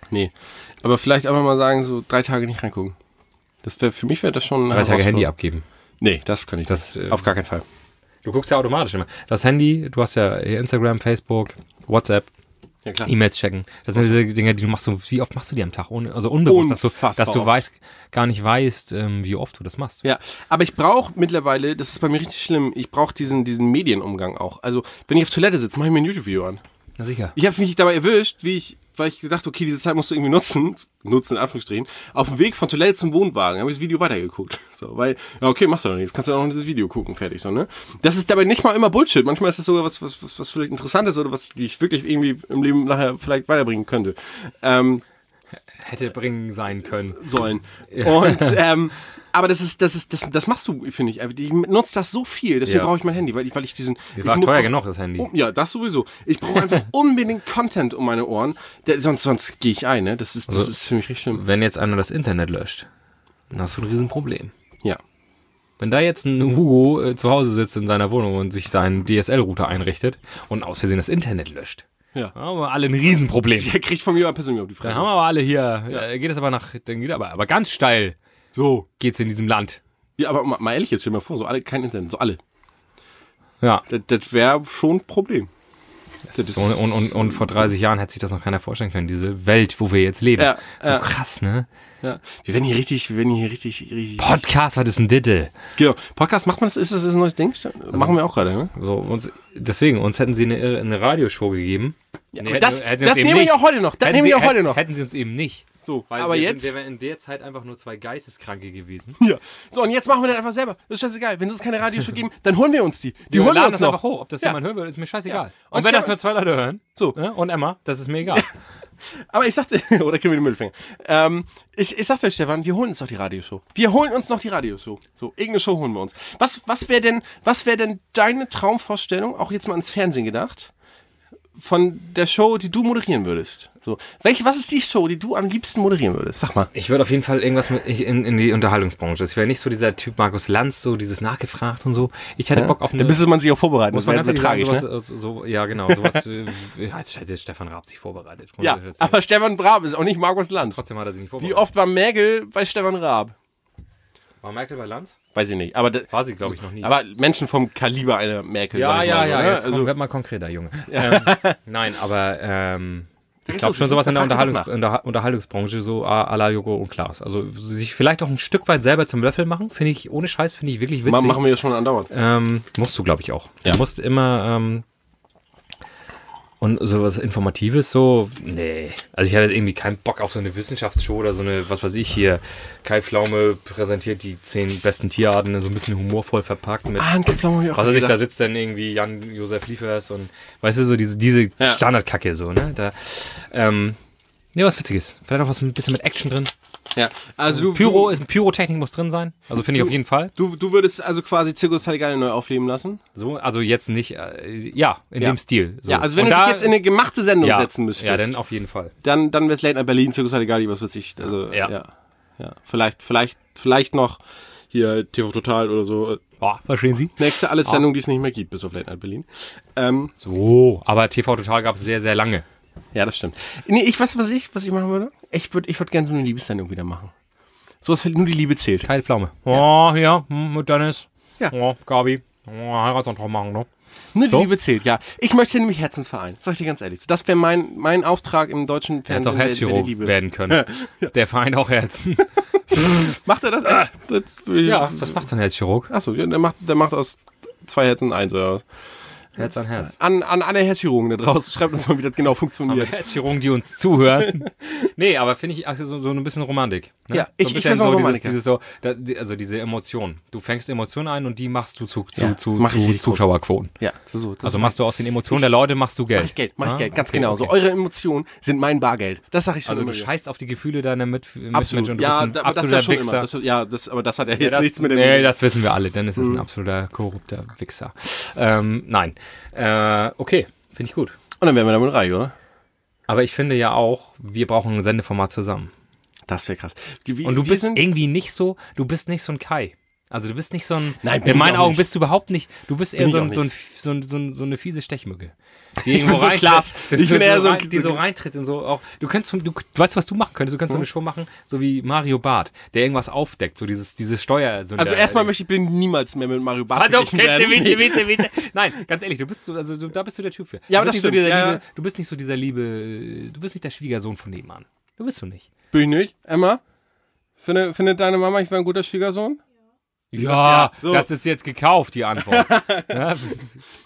Speaker 3: Nee. Aber vielleicht einfach mal sagen, so drei Tage nicht reingucken. Das wäre für mich wäre das schon. eine
Speaker 4: Drei Tage Handy
Speaker 3: Herausforderung.
Speaker 4: abgeben.
Speaker 3: Nee, das kann ich
Speaker 4: Das,
Speaker 3: nicht.
Speaker 4: äh,
Speaker 3: Auf gar keinen Fall.
Speaker 4: Du guckst ja automatisch immer. Das Handy, du hast ja hier Instagram, Facebook, WhatsApp,
Speaker 3: Ja, klar.
Speaker 4: E-Mails checken. Das sind diese Dinge, die du machst. So, wie oft machst du die am Tag? Ohne, also unbewusst, dass du,
Speaker 3: Unfassbar
Speaker 4: dass du
Speaker 3: oft.
Speaker 4: weißt, gar nicht weißt, ähm, wie oft du das machst.
Speaker 3: Ja, aber ich brauche mittlerweile, das ist bei mir richtig schlimm, ich brauche diesen, diesen Medienumgang auch. Also, wenn ich auf Toilette sitze, mache ich mir ein YouTube-Video an.
Speaker 4: Na sicher.
Speaker 3: Ich habe mich dabei erwischt, wie ich, weil ich gedacht, okay, diese Zeit musst du irgendwie nutzen, nutzen in Anführungsstrichen, auf dem Weg von Toilette zum Wohnwagen habe ich das Video weitergeguckt. <laughs> So, weil, ja, okay, machst du doch nichts, kannst du auch noch dieses Video gucken, fertig, so, ne? Das ist dabei nicht mal immer Bullshit. Manchmal ist es sogar was, was, was, was vielleicht interessantes oder was dich wirklich irgendwie im Leben nachher vielleicht weiterbringen könnte. Ähm,
Speaker 4: Hätte bringen sein können.
Speaker 3: sollen.
Speaker 4: <laughs>
Speaker 3: Und ähm, aber das ist, das ist, das, das machst du, finde ich. Ich nutze das so viel, deswegen
Speaker 4: Ja.
Speaker 3: brauche ich mein Handy, weil ich, weil ich diesen. Ich
Speaker 4: war
Speaker 3: mu-
Speaker 4: teuer genug, das Handy.
Speaker 3: Oh, ja, das sowieso. Ich brauche
Speaker 4: <laughs>
Speaker 3: einfach unbedingt Content um meine Ohren. Der, sonst sonst gehe ich ein, ne? Das ist, das
Speaker 4: Also-
Speaker 3: ist für mich richtig schlimm.
Speaker 4: Wenn jetzt einer das Internet löscht, dann hast du ein Riesenproblem.
Speaker 3: Ja.
Speaker 4: Wenn da jetzt ein Hugo äh, zu Hause sitzt in seiner Wohnung und sich da einen DSL-Router einrichtet und aus Versehen das Internet löscht,
Speaker 3: Ja.
Speaker 4: dann haben wir alle ein Riesenproblem.
Speaker 3: Der kriegt von mir aber persönlich auf die
Speaker 4: Dann haben
Speaker 3: Frage.
Speaker 4: wir aber alle hier, äh, geht es aber nach, dann geht aber, aber ganz steil
Speaker 3: So.
Speaker 4: geht's in diesem Land.
Speaker 3: Ja, aber mal, mal ehrlich, jetzt stell dir mal vor, so alle, kein Internet, so alle.
Speaker 4: Ja.
Speaker 3: Das, das wäre schon ein Problem.
Speaker 4: Das ist und, und, und, und vor 30 Jahren hätte sich das noch keiner vorstellen können, diese Welt, wo wir jetzt leben.
Speaker 3: Ja,
Speaker 4: so
Speaker 3: ja.
Speaker 4: krass, ne?
Speaker 3: Ja. Wir werden hier richtig, wir werden hier richtig, richtig.
Speaker 4: Podcast, was ist ein Dittel?
Speaker 3: genau. Podcast macht man das, ist das ist ein neues Ding?
Speaker 4: Also
Speaker 3: Machen wir auch gerade, ne?
Speaker 4: So, uns, deswegen, uns hätten sie eine, irre- eine Radioshow gegeben. Nee,
Speaker 3: aber
Speaker 4: hätten-
Speaker 3: das-
Speaker 4: hätten sie
Speaker 3: das
Speaker 4: uns eben
Speaker 3: nehme ich
Speaker 4: nicht.
Speaker 3: auch heute noch, das
Speaker 4: Hätten
Speaker 3: nehme ich
Speaker 4: sie-
Speaker 3: auch heute
Speaker 4: hätten-
Speaker 3: noch.
Speaker 4: Hätten sie uns eben nicht.
Speaker 3: So,
Speaker 4: Weil
Speaker 3: aber
Speaker 4: wir
Speaker 3: jetzt.
Speaker 4: Sind, wir wären in der Zeit einfach nur zwei Geisteskranke gewesen.
Speaker 3: Ja. So, und jetzt machen wir das einfach selber. Das ist scheißegal. Wenn es keine Radioshow geben, dann holen wir uns die. Die
Speaker 4: wir
Speaker 3: holen wir
Speaker 4: laden
Speaker 3: uns
Speaker 4: das
Speaker 3: noch.
Speaker 4: einfach hoch. Ob das
Speaker 3: Ja.
Speaker 4: jemand hören will, ist mir scheißegal.
Speaker 3: Ja.
Speaker 4: Und,
Speaker 3: Und
Speaker 4: wenn
Speaker 3: schau-
Speaker 4: das nur zwei Leute hören.
Speaker 3: So.
Speaker 4: ne, Und Emma, das ist mir egal.
Speaker 3: <laughs> Aber ich sagte, <laughs> oder können wir den Müllfänger? Ähm, ich, ich sagte euch, Stefan, wir holen uns noch die Radioshow. Wir holen uns noch die Radioshow. So, irgendeine Show holen wir uns. Was, was wäre denn, was wäre denn deine Traumvorstellung, auch jetzt mal ins Fernsehen gedacht, von der Show, die du moderieren würdest? So, welche, was ist die Show, die du am liebsten moderieren würdest? Sag mal.
Speaker 4: Ich würde auf jeden Fall irgendwas mit ich, in, in die Unterhaltungsbranche. Ich wäre nicht so dieser Typ Markus Lanz, so dieses nachgefragt und so. Ich hätte Bock auf eine.
Speaker 3: Da müsste man sich auch vorbereiten.
Speaker 4: muss man ganz
Speaker 3: wäre
Speaker 4: ehrlich sagen,
Speaker 3: tragisch,
Speaker 4: sowas,
Speaker 3: ne?
Speaker 4: äh, so, ja genau, <laughs> sowas, äh, ja, jetzt hätte Stefan Raab sich vorbereitet. Muss
Speaker 3: Ja,
Speaker 4: ich äh, jetzt sagen.
Speaker 3: aber Stefan Raab ist auch nicht Markus Lanz.
Speaker 4: trotzdem hat er sich nicht
Speaker 3: Wie
Speaker 4: vorbereitet.
Speaker 3: oft war Merkel bei Stefan Raab?
Speaker 4: War Merkel bei Lanz?
Speaker 3: Weiß ich nicht. Aber das,
Speaker 4: War sie, glaube ich, noch nie.
Speaker 3: Aber Menschen vom Kaliber einer Merkel.
Speaker 4: ja,
Speaker 3: sag ich
Speaker 4: ja,
Speaker 3: mal,
Speaker 4: ja,
Speaker 3: ne?
Speaker 4: jetzt komm,
Speaker 3: also,
Speaker 4: werd mal konkreter, <laughs> Junge. Ähm, nein, aber ähm, ich
Speaker 3: ist
Speaker 4: glaube
Speaker 3: so,
Speaker 4: schon sowas in der
Speaker 3: fragst du doch
Speaker 4: Unterhaltungs
Speaker 3: nach.
Speaker 4: Unterha- Unterhaltungsbranche, so à à la Joko und Klaas. Also sich vielleicht auch ein Stück weit selber zum Löffel machen, finde ich, ohne Scheiß, finde ich wirklich
Speaker 3: ma-
Speaker 4: witzig.
Speaker 3: machen wir ja schon andauernd.
Speaker 4: Ähm, musst du, glaube ich, auch. Du
Speaker 3: Ja.
Speaker 4: musst immer ähm, und sowas Informatives so, nee. Also ich habe jetzt irgendwie keinen Bock auf so eine Wissenschaftsshow oder so eine, was weiß ich hier, Kai Pflaume präsentiert die zehn besten Tierarten, so ein bisschen humorvoll verpackt mit.
Speaker 3: Ah, ein Kapflaumen habe ich auch
Speaker 4: Was weiß ich, da
Speaker 3: gedacht.
Speaker 4: sitzt dann irgendwie Jan-Josef Liefers und weißt du, so diese, diese
Speaker 3: Ja.
Speaker 4: Standardkacke so, ne? Da, ähm, ja, was Witziges. Vielleicht auch was ein bisschen mit Action drin.
Speaker 3: ja. also du,
Speaker 4: Pyro,
Speaker 3: du,
Speaker 4: ist, Pyrotechnik muss drin sein. Also finde ich auf jeden Fall.
Speaker 3: du, du würdest also quasi Zirkus Halligalli neu aufleben lassen?
Speaker 4: So, also jetzt nicht, äh, ja, in
Speaker 3: Ja.
Speaker 4: dem Stil. So.
Speaker 3: Ja, also wenn
Speaker 4: Und
Speaker 3: du
Speaker 4: da-
Speaker 3: dich jetzt in eine gemachte Sendung
Speaker 4: ja,
Speaker 3: setzen müsstest,
Speaker 4: Ja, dann auf jeden Fall.
Speaker 3: dann, dann wär's Late Night Berlin, Zirkus Halligalli, was weiß ich. Also,
Speaker 4: Ja.
Speaker 3: ja. ja. Vielleicht, vielleicht, vielleicht noch hier TV Total oder so.
Speaker 4: Boah, Oh, verstehen Sie?
Speaker 3: Nächste alles
Speaker 4: Ah.
Speaker 3: Sendung, die es nicht mehr gibt, bis auf Late Night Berlin. Ähm,
Speaker 4: So, aber TV Total gab es sehr, sehr lange.
Speaker 3: Ja, das stimmt. Nee, ich weiß, was ich, was ich machen würde. Ich würde ich würd gerne so eine Liebessendung wieder machen. So was nur die Liebe zählt.
Speaker 4: Keine Pflaume. Oh, ja, hm, mit Dennis.
Speaker 3: Ja.
Speaker 4: Oh, Gabi. Oh, Heiratsantrag machen, ne?
Speaker 3: Nur die
Speaker 4: So?
Speaker 3: Liebe zählt, ja. Ich möchte nämlich Herzen vereinen. Sag ich dir ganz ehrlich. So, Das wäre mein, mein Auftrag im deutschen
Speaker 4: Er hätte
Speaker 3: Fernsehen.
Speaker 4: auch
Speaker 3: wär- wär die
Speaker 4: Herzchirurg
Speaker 3: Liebe. <laughs>
Speaker 4: werden können. Der Verein auch Herzen.
Speaker 3: Macht er das? das
Speaker 4: Ah. Ja, das macht so ein Herzchirurg.
Speaker 3: Achso, ja, der, macht, der macht aus zwei Herzen eins oder was.
Speaker 4: Herz an Herz.
Speaker 3: An, an alle Herzchirurgen da draußen. <laughs> Schreibt uns mal, wie das genau
Speaker 4: Aber <laughs>
Speaker 3: funktioniert.
Speaker 4: Herzchirurgen, die
Speaker 3: <laughs>
Speaker 4: uns zuhören. Nee, aber finde ich ach, so, so ein bisschen Romantik. Ne?
Speaker 3: Ja,
Speaker 4: so
Speaker 3: ich-
Speaker 4: ein
Speaker 3: ich
Speaker 4: bisschen
Speaker 3: weiß auch
Speaker 4: so dieses,
Speaker 3: Romantik, ja.
Speaker 4: dieses so, da, die, also diese Emotionen. Du fängst Emotionen ein und die machst du zu, zu,
Speaker 3: Ja,
Speaker 4: zu,
Speaker 3: mach ich
Speaker 4: zu
Speaker 3: richtig groß.
Speaker 4: Zuschauerquoten.
Speaker 3: Ja, das ist so. Das
Speaker 4: Also
Speaker 3: ist
Speaker 4: machst du aus den Emotionen der Leute, machst du Geld.
Speaker 3: mach ich Geld, mach ich
Speaker 4: Ah,
Speaker 3: Geld, ganz
Speaker 4: okay,
Speaker 3: genau.
Speaker 4: okay.
Speaker 3: So, eure Emotionen sind mein Bargeld. Das sag ich schon
Speaker 4: also du
Speaker 3: wieder.
Speaker 4: scheißt auf die Gefühle deiner Mit Mitmenschen und
Speaker 3: Absolut.
Speaker 4: du
Speaker 3: Ja,
Speaker 4: bist
Speaker 3: da-
Speaker 4: ein
Speaker 3: aber das ist
Speaker 4: absoluter
Speaker 3: ja schon
Speaker 4: Wichser.
Speaker 3: immer. Das, ja, das, aber das hat ja jetzt
Speaker 4: das,
Speaker 3: nichts mit dem. Mhm.
Speaker 4: nee, das wissen wir alle. Dennis ist ein absoluter korrupter Wichser. Ähm, nein. Äh, okay, finde ich gut.
Speaker 3: Und dann wären wir damit reich, oder?
Speaker 4: Aber ich finde ja auch, wir brauchen ein Sendeformat zusammen.
Speaker 3: Das wäre krass. Die- wie-
Speaker 4: Und du
Speaker 3: wir
Speaker 4: bist
Speaker 3: sind-
Speaker 4: irgendwie nicht so, du bist nicht so ein Kai. Also du bist nicht so ein.
Speaker 3: Nein, bin
Speaker 4: in
Speaker 3: ich
Speaker 4: meinen
Speaker 3: auch
Speaker 4: Augen
Speaker 3: nicht.
Speaker 4: bist du überhaupt nicht. Du bist eher
Speaker 3: ich
Speaker 4: so,
Speaker 3: auch
Speaker 4: ein, so, ein,
Speaker 3: nicht.
Speaker 4: so, ein, so, ein, so eine fiese Stechmücke.
Speaker 3: <laughs>
Speaker 4: Die
Speaker 3: Ich
Speaker 4: irgendwo
Speaker 3: bin so
Speaker 4: reintritt,
Speaker 3: Klaas.
Speaker 4: das-
Speaker 3: Ich bin
Speaker 4: so
Speaker 3: eher so ein-
Speaker 4: rein, die so reintritt und so auch. Du kannst, du, du weißt, was du machen könntest. Du kannst so
Speaker 3: Hm?
Speaker 4: eine Show machen, so wie Mario Barth, der irgendwas aufdeckt, so dieses, dieses Steuer. So
Speaker 3: Also
Speaker 4: der-
Speaker 3: erstmal möchte ich bitte niemals mehr mit Mario Barth
Speaker 4: also,
Speaker 3: verglichen
Speaker 4: Witze, Witze,
Speaker 3: werden. <laughs>
Speaker 4: Witze, Witze. Nein, ganz ehrlich, du bist so, also du, da bist du der Typ für.
Speaker 3: Ja,
Speaker 4: du
Speaker 3: aber
Speaker 4: bist
Speaker 3: das
Speaker 4: nicht so
Speaker 3: stimmt,
Speaker 4: dieser
Speaker 3: ja,
Speaker 4: liebe,
Speaker 3: ja.
Speaker 4: Du bist nicht so dieser liebe, du bist nicht der Schwiegersohn von nebenan. Du bist du nicht.
Speaker 3: Bin ich nicht? Emma? Finde, findet deine Mama, ich war ein guter Schwiegersohn?
Speaker 4: Ja,
Speaker 3: so.
Speaker 4: das ist jetzt gekauft, die Antwort. ja, da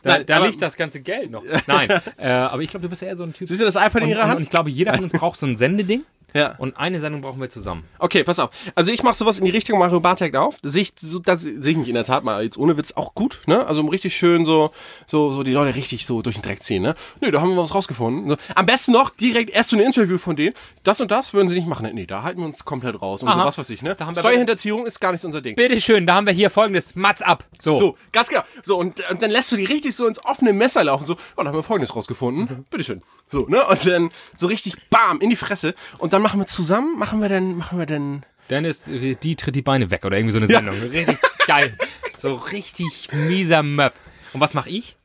Speaker 3: Nein,
Speaker 4: da
Speaker 3: aber-
Speaker 4: liegt das ganze Geld noch. Nein, äh, aber ich glaube, du bist eher so ein Typ.
Speaker 3: Siehst du das iPad in
Speaker 4: und,
Speaker 3: ihrer
Speaker 4: und, und ich
Speaker 3: Hand?
Speaker 4: glaube, jeder von uns braucht so ein Sendeding
Speaker 3: Ja.
Speaker 4: und eine Sendung brauchen wir zusammen.
Speaker 3: Okay, pass auf. Also ich mache sowas in die Richtung Mario Bartek auf. Das sehe ich, so, das sehe ich mich in der Tat mal jetzt ohne Witz auch gut, ne? Also um richtig schön so, so, so die Leute richtig so durch den Dreck ziehen, ne? Nö, da haben wir was rausgefunden. So, am besten noch direkt erst so ein Interview von denen. Das und das würden sie nicht machen. Nee, da halten wir uns komplett raus und
Speaker 4: Aha.
Speaker 3: so was weiß ich, ne?
Speaker 4: Da haben wir-
Speaker 3: Steuerhinterziehung ist gar nicht unser Ding.
Speaker 4: Bitte schön, da haben wir hier folgendes Mats ab. So.
Speaker 3: So, ganz genau. So, und, und dann lässt du die richtig so ins offene Messer laufen. So, oh, da haben wir Folgendes
Speaker 4: Mhm.
Speaker 3: rausgefunden. Bitteschön. So, ne? Und dann so richtig bam, in die Fresse. Und dann machen wir zusammen, machen wir dann, machen wir dann
Speaker 4: Dann ist äh, die tritt die Beine weg oder irgendwie so eine Sendung. Richtig geil. So richtig mieser Möb. Und was mache ich?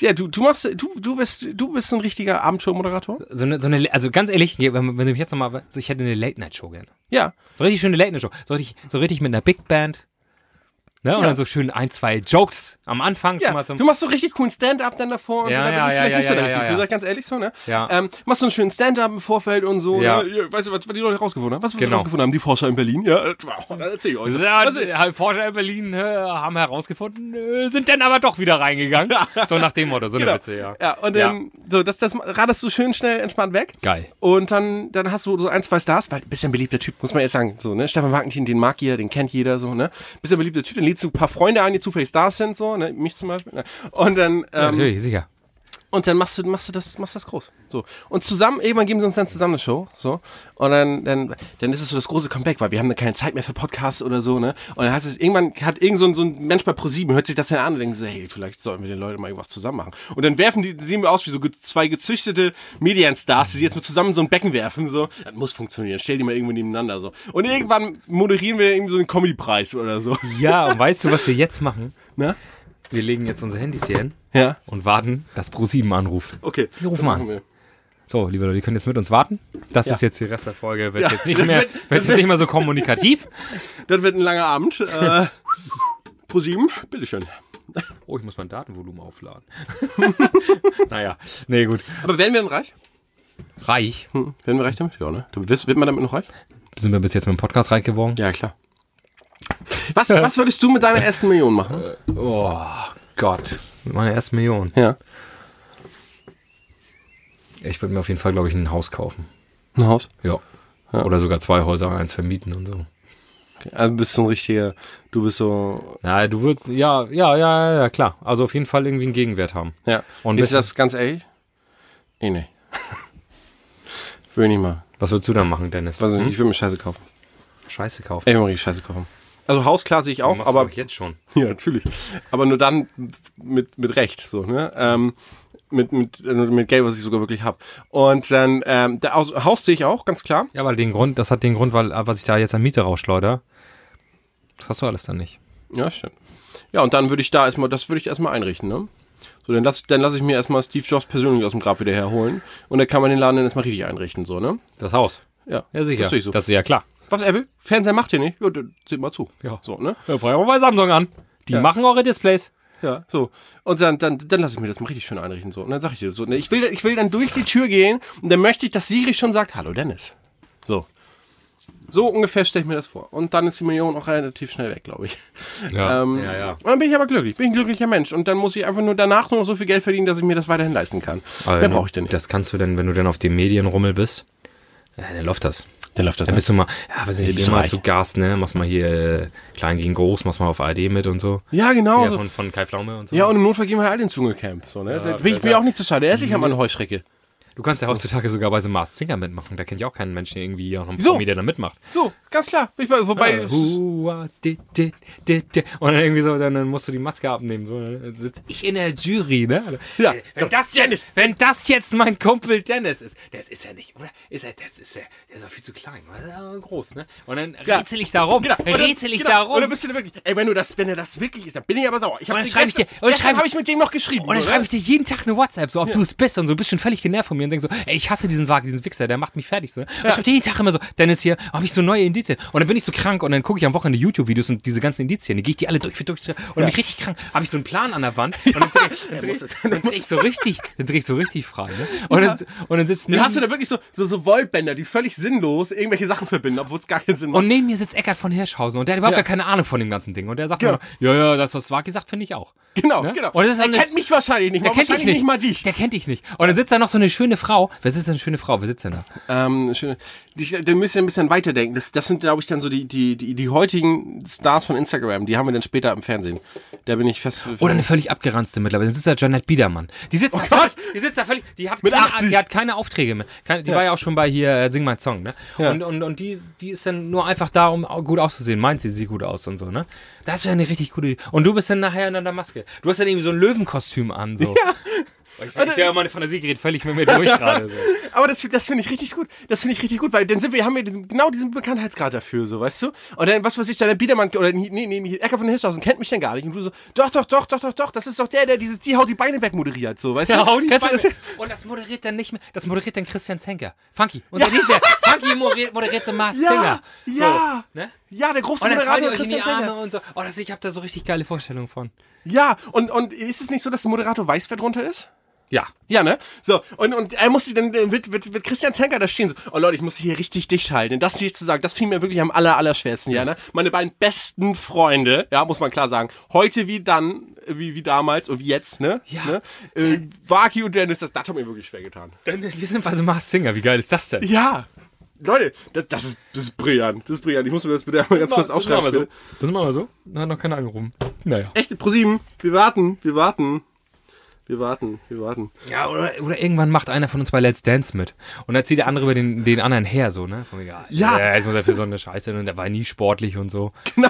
Speaker 3: Ja, du, du machst, du, du bist, du bist so ein richtiger Abendshow-Moderator.
Speaker 4: So eine, so eine, also ganz ehrlich, wenn wenn du mich jetzt nochmal, so ich hätte eine Late-Night-Show gerne.
Speaker 3: Ja.
Speaker 4: So richtig schöne Late-Night-Show. So richtig, so richtig mit einer Big Band. Ne? Und
Speaker 3: Ja.
Speaker 4: dann so schön ein, zwei Jokes am Anfang schon
Speaker 3: ja.
Speaker 4: mal zum.
Speaker 3: Du machst so richtig coolen Stand-up dann davor und
Speaker 4: Ja,
Speaker 3: so, da bin
Speaker 4: ja,
Speaker 3: ich
Speaker 4: ja,
Speaker 3: vielleicht
Speaker 4: ja,
Speaker 3: nicht so
Speaker 4: ja,
Speaker 3: der
Speaker 4: ja,
Speaker 3: Richtige.
Speaker 4: ja.
Speaker 3: Sag ich ganz ehrlich so, ne?
Speaker 4: Ja.
Speaker 3: Ähm, machst so einen schönen Stand-up im Vorfeld und so.
Speaker 4: Ja.
Speaker 3: Ne? Ja, Weißt du, was was die Leute rausgefunden haben? Was, was
Speaker 4: Genau.
Speaker 3: genau. rausgefunden haben, die Forscher in Berlin? Ja, äh, wow, dann erzähl ich euch.
Speaker 4: Ja,
Speaker 3: Also,
Speaker 4: äh, Forscher in Berlin äh, haben herausgefunden, äh, sind dann aber doch wieder reingegangen. so nach dem Motto, so eine
Speaker 3: genau.
Speaker 4: Witze, ja.
Speaker 3: ja, und ähm, so, das, das radest du schön schnell entspannt weg.
Speaker 4: Geil.
Speaker 3: Und dann, dann hast du so ein, zwei Stars, weil bist ja ein beliebter Typ, muss man ehrlich sagen. So, ne? Stefan Wagentin, den mag jeder, den kennt jeder, so, ne? Bist ja ein beliebter Typ, dann lädst du ein paar Freunde ein, die zufällig Stars sind, so, ne? Mich zum Beispiel. Ne? Und dann,
Speaker 4: Ja,
Speaker 3: ähm,
Speaker 4: natürlich, sicher.
Speaker 3: und dann machst du, machst du das, machst das groß. So. Und zusammen, irgendwann geben sie uns dann zusammen eine Show, so. Und dann, dann, dann ist es so das große Comeback, weil wir haben dann keine Zeit mehr für Podcasts oder so, ne? Und dann heißt es, irgendwann hat irgend so ein, so ein Mensch bei ProSieben, hört sich das dann an und denkt so, hey, vielleicht sollten wir den Leuten mal irgendwas zusammen machen. Und dann werfen die, sehen wir aus wie so ge- zwei gezüchtete Medienstars, die jetzt mit zusammen so ein Becken werfen, so. Das muss funktionieren. Stell die mal irgendwo nebeneinander, so. Und irgendwann moderieren wir irgendwie so einen Comedy-Preis oder so, <laughs>
Speaker 4: Ja, und weißt du, was wir jetzt machen?
Speaker 3: ne?
Speaker 4: Wir legen jetzt unsere Handys hier hin
Speaker 3: Ja.
Speaker 4: und warten, dass Pro7 anruft.
Speaker 3: Okay.
Speaker 4: Die rufen
Speaker 3: Dann
Speaker 4: an.
Speaker 3: machen wir.
Speaker 4: So, liebe Leute, ihr könnt jetzt mit uns warten. Das
Speaker 3: Ja.
Speaker 4: ist jetzt die Rest der Folge. Wird
Speaker 3: Ja,
Speaker 4: jetzt nicht
Speaker 3: das
Speaker 4: mehr,
Speaker 3: wird-
Speaker 4: wird, jetzt nicht mehr so kommunikativ.
Speaker 3: Das wird ein langer <laughs> Abend. Äh, ProSieben, bitteschön.
Speaker 4: Oh, ich muss mein Datenvolumen aufladen. <laughs> naja, nee, gut.
Speaker 3: Aber werden wir dann reich?
Speaker 4: Reich.
Speaker 3: Hm, werden wir reich damit? Ja, ne? Du wirst- Wird man damit noch reich?
Speaker 4: Sind wir bis jetzt mit dem Podcast reich geworden?
Speaker 3: Ja, klar. Was, was würdest du mit deiner ersten Million machen?
Speaker 4: Oh Gott. Mit meiner ersten Million.
Speaker 3: Ja.
Speaker 4: Ich würde mir auf jeden Fall, glaube ich, ein Haus kaufen.
Speaker 3: Ein Haus.
Speaker 4: Ja. Oder sogar zwei Häuser, eins vermieten und so.
Speaker 3: Also du bist so ein richtiger, du bist so,
Speaker 4: Na, du würdest, ja, ja, ja, ja, klar. Also auf jeden Fall irgendwie einen Gegenwert haben.
Speaker 3: ja.
Speaker 4: Und
Speaker 3: Und ist
Speaker 4: bisschen-
Speaker 3: das ganz ehrlich? Eh, nee. <laughs> will ich nicht mal.
Speaker 4: Was würdest du dann machen, Dennis?
Speaker 3: Also,
Speaker 4: Hm?
Speaker 3: Ich will mir Scheiße kaufen.
Speaker 4: Scheiße kaufen.
Speaker 3: Ich will mir richtig Scheiße kaufen. Also Haus, klar, sehe ich auch,
Speaker 4: Machst du,
Speaker 3: aber
Speaker 4: glaub ich, jetzt schon.
Speaker 3: <laughs> Ja, natürlich. Aber nur dann mit, mit Recht, so, ne? Ähm, mit, mit, mit Geld, was ich sogar wirklich hab Und dann, ähm, der Haus, Haus sehe ich auch, ganz klar.
Speaker 4: Ja, weil den Grund, das hat den Grund, weil äh, was ich da jetzt an Miete rausschleuder, das hast du alles dann nicht.
Speaker 3: Ja, stimmt. Ja, und dann würde ich da erstmal, das würde ich erstmal einrichten, ne? So, dann lass, dann lass ich mir erstmal Steve Jobs persönlich aus dem Grab wieder herholen. Und dann kann man den Laden dann erstmal richtig einrichten, so, ne?
Speaker 4: Das Haus.
Speaker 3: Ja,
Speaker 4: Ja, sicher.
Speaker 3: Das
Speaker 4: Das
Speaker 3: sehe ich
Speaker 4: ist,
Speaker 3: so.
Speaker 4: ja klar.
Speaker 3: was, Apple? Fernseher macht ihr nicht? Ja, dann seht mal zu.
Speaker 4: Ja.
Speaker 3: So, ne?
Speaker 4: Ja, frag mal bei Samsung an. Die
Speaker 3: Ja.
Speaker 4: machen eure Displays.
Speaker 3: Ja, so. Und dann, dann, dann lasse ich mir das mal richtig schön einrichten. So. Und dann sage ich dir das so. ne, Ich will, ich will dann durch die Tür gehen und dann möchte ich, dass Siri schon sagt, hallo Dennis. So. So ungefähr stelle ich mir das vor. Und dann ist die Million auch relativ schnell weg, glaube ich.
Speaker 4: Ja,
Speaker 3: Ähm, Und dann bin ich aber glücklich. Bin ich ein glücklicher Mensch. Und dann muss ich einfach nur danach nur noch so viel Geld verdienen, dass ich mir das weiterhin leisten kann. Mehr brauche ich denn nicht.
Speaker 4: Ah, Das kannst du denn, wenn du dann auf dem Medienrummel bist, äh, dann läuft das.
Speaker 3: dann läuft das.
Speaker 4: Dann
Speaker 3: Ne?
Speaker 4: bist du mal, ja, weiß nicht,
Speaker 3: bist
Speaker 4: geh mal
Speaker 3: reich.
Speaker 4: zu Gast, ne? Machst mal hier äh, klein gegen groß, machst mal auf ARD mit und so.
Speaker 3: Ja, genau.
Speaker 4: Ja,
Speaker 3: so.
Speaker 4: von, von Kai Flaume und so. Mhm.
Speaker 3: Ja, und im Notfall gehen wir halt alle ins Dschungelcamp. So, ne? da bin ich mir auch nicht zu schade. Er ist sicher mal eine Heuschrecke.
Speaker 4: Du kannst ja heutzutage sogar bei so einem Mars Singer mitmachen. Da kennt ich auch keinen Menschen irgendwie hier noch einen
Speaker 3: So.
Speaker 4: Promi, der da mitmacht.
Speaker 3: So, ganz klar. Ich meine, wobei, es-
Speaker 4: Hua, di, di, di, di. Und dann irgendwie so, dann, dann musst du die Maske abnehmen. So, dann sitze ich in der Jury, ne?
Speaker 3: Ja.
Speaker 4: Wenn das, jetzt, wenn das jetzt mein Kumpel Dennis ist, das ist er nicht, oder? Ist er, das ist er, der ist doch viel zu klein, oder? Der ist aber groß, ne? Und dann
Speaker 3: Ja.
Speaker 4: rätsel ich da rum,
Speaker 3: Genau. Und dann-
Speaker 4: rätsel ich
Speaker 3: genau.
Speaker 4: da rum.
Speaker 3: Und dann bist du da wirklich, ey, wenn du das, wenn er das wirklich ist, dann bin ich aber sauer. Ich hab
Speaker 4: Und dann
Speaker 3: den
Speaker 4: schreib ich
Speaker 3: gestern-
Speaker 4: dir- und dann
Speaker 3: gestern
Speaker 4: schreib-
Speaker 3: hab ich mit dem noch geschrieben.
Speaker 4: Und dann
Speaker 3: oder?
Speaker 4: schreibe ich dir jeden Tag eine WhatsApp, so ob du es bist und so, bist schon völlig genervt von mir und denkst so, ey, ich hasse diesen Wagen, diesen Wichser, der macht mich fertig. So. Und ich schreibe dir jeden Tag immer so, Dennis hier, habe ich so neue Indizien. Und dann bin ich so krank und dann gucke ich am Wochenende YouTube-Videos und diese ganzen Indizien, die gehe ich die alle durch für durch und bin ich richtig krank, habe ich so einen Plan an der Wand und dann drehe dreh, dann dreh ich so richtig, dann drehe ich so richtig frei. Ne? Und, dann, und dann sitzt
Speaker 3: Dann hast du
Speaker 4: neben,
Speaker 3: da wirklich so, so, so Wollbänder, die völlig sinnlos irgendwelche Sachen verbinden, obwohl es gar keinen Sinn macht.
Speaker 4: und neben mir sitzt Eckart von Hirschhausen und der hat überhaupt
Speaker 3: Ja.
Speaker 4: gar keine Ahnung von dem ganzen Ding. Und der sagt
Speaker 3: Genau.
Speaker 4: immer, ja, ja, das, was Waki sagt, finde ich auch.
Speaker 3: genau,
Speaker 4: Ne?
Speaker 3: genau.
Speaker 4: Und das ist
Speaker 3: er
Speaker 4: eine-
Speaker 3: kennt mich wahrscheinlich nicht,
Speaker 4: Der
Speaker 3: mal,
Speaker 4: kennt dich
Speaker 3: Genau, wahrscheinlich
Speaker 4: nicht.
Speaker 3: nicht mal dich.
Speaker 4: Der kennt dich nicht. Und dann sitzt da noch so eine schöne Frau. Wer sitzt denn eine schöne Frau? Wer sitzt denn da?
Speaker 3: Ähm, schön. Ich, da müsst ihr ein bisschen weiterdenken. Das, das sind, glaube ich, dann so die, die, die, die heutigen Stars von Instagram. Die haben wir dann später im Fernsehen. Da bin ich fest.
Speaker 4: Oder eine völlig abgeranzte mittlerweile. Dann sitzt da Janet Biedermann. Die sitzt, da, völlig, die sitzt da völlig. Die hat,
Speaker 3: Mit
Speaker 4: keine,
Speaker 3: 80.
Speaker 4: die hat keine Aufträge mehr. Keine, die war ja auch schon bei hier äh, Sing My Song, ne? Und, und, und die, die ist dann nur einfach da, um au- gut auszusehen. Meint sie, sieht gut aus und so, ne? Das wäre eine richtig gute Idee. Und du bist dann nachher in einer Maske. Du hast dann irgendwie so ein Löwenkostüm an, so. <laughs> Ja. Ich, ich ja meine Fantasie gerät völlig mit mir durch gerade. So.
Speaker 3: Aber das, das finde ich richtig gut. Das finde ich richtig gut, weil dann sind wir, haben wir diesen, genau diesen Bekanntheitsgrad dafür, so, weißt du? Und dann, was weiß ich, dann der Biedermann, oder nee, nee, nee, Ecker von Hirschhausen kennt mich dann gar nicht. Und du so, doch, doch, doch, doch, doch, doch, das ist doch der, der dieses, die haut die Beine weg moderiert, so, weißt du?
Speaker 4: <laughs> Ja, hau die
Speaker 3: Kennst du
Speaker 4: Beine.
Speaker 3: das?
Speaker 4: Und das moderiert dann nicht mehr, das moderiert dann Christian Zenker. Funky, unser DJ. Funky moderiert, moderiert den Mars
Speaker 3: Ja,
Speaker 4: Singer.
Speaker 3: ja,
Speaker 4: So, ne?
Speaker 3: ja, der große
Speaker 4: Und dann fallen die
Speaker 3: Moderator
Speaker 4: euch in
Speaker 3: Christian
Speaker 4: die Arme
Speaker 3: Zeller.
Speaker 4: und so. Oh, das, ich habe da so richtig geile Vorstellungen von.
Speaker 3: Ja, und, und ist es nicht so, dass der Moderator weiß, wer drunter ist?
Speaker 4: Ja.
Speaker 3: Ja, ne? So, und, und er muss sie dann äh, mit, mit, mit Christian Zenker da stehen so, oh Leute, ich muss hier richtig dicht halten. Denn das nicht zu sagen, das fiel mir wirklich am aller, allerschwersten, ja, ne? Meine beiden besten Freunde, ja, muss man klar sagen. Heute wie dann, äh, wie, wie damals und wie jetzt, ne?
Speaker 4: Ja.
Speaker 3: Ne? Äh, Waki und Dennis, das, das hat mir wirklich schwer getan.
Speaker 4: Wir sind bei so Mars Singer, wie geil ist das denn?
Speaker 3: Ja. Leute, das, das, ist, das ist brillant. Das ist brillant. Ich muss mir das bitte einmal ganz kurz aufschreiben.
Speaker 4: Das machen wir
Speaker 3: bitte.
Speaker 4: so. Das machen wir so. Da hat noch keiner angerufen. Naja.
Speaker 3: Echte ProSieben, wir warten, wir warten. Wir warten, wir warten.
Speaker 4: Ja, oder, oder irgendwann macht einer von uns bei Let's Dance mit. Und dann zieht der andere über den, den anderen her, so, ne? Von mir,
Speaker 3: Ja.
Speaker 4: ja. Jetzt muss er für so eine Scheiße und der war nie sportlich und so. Genau.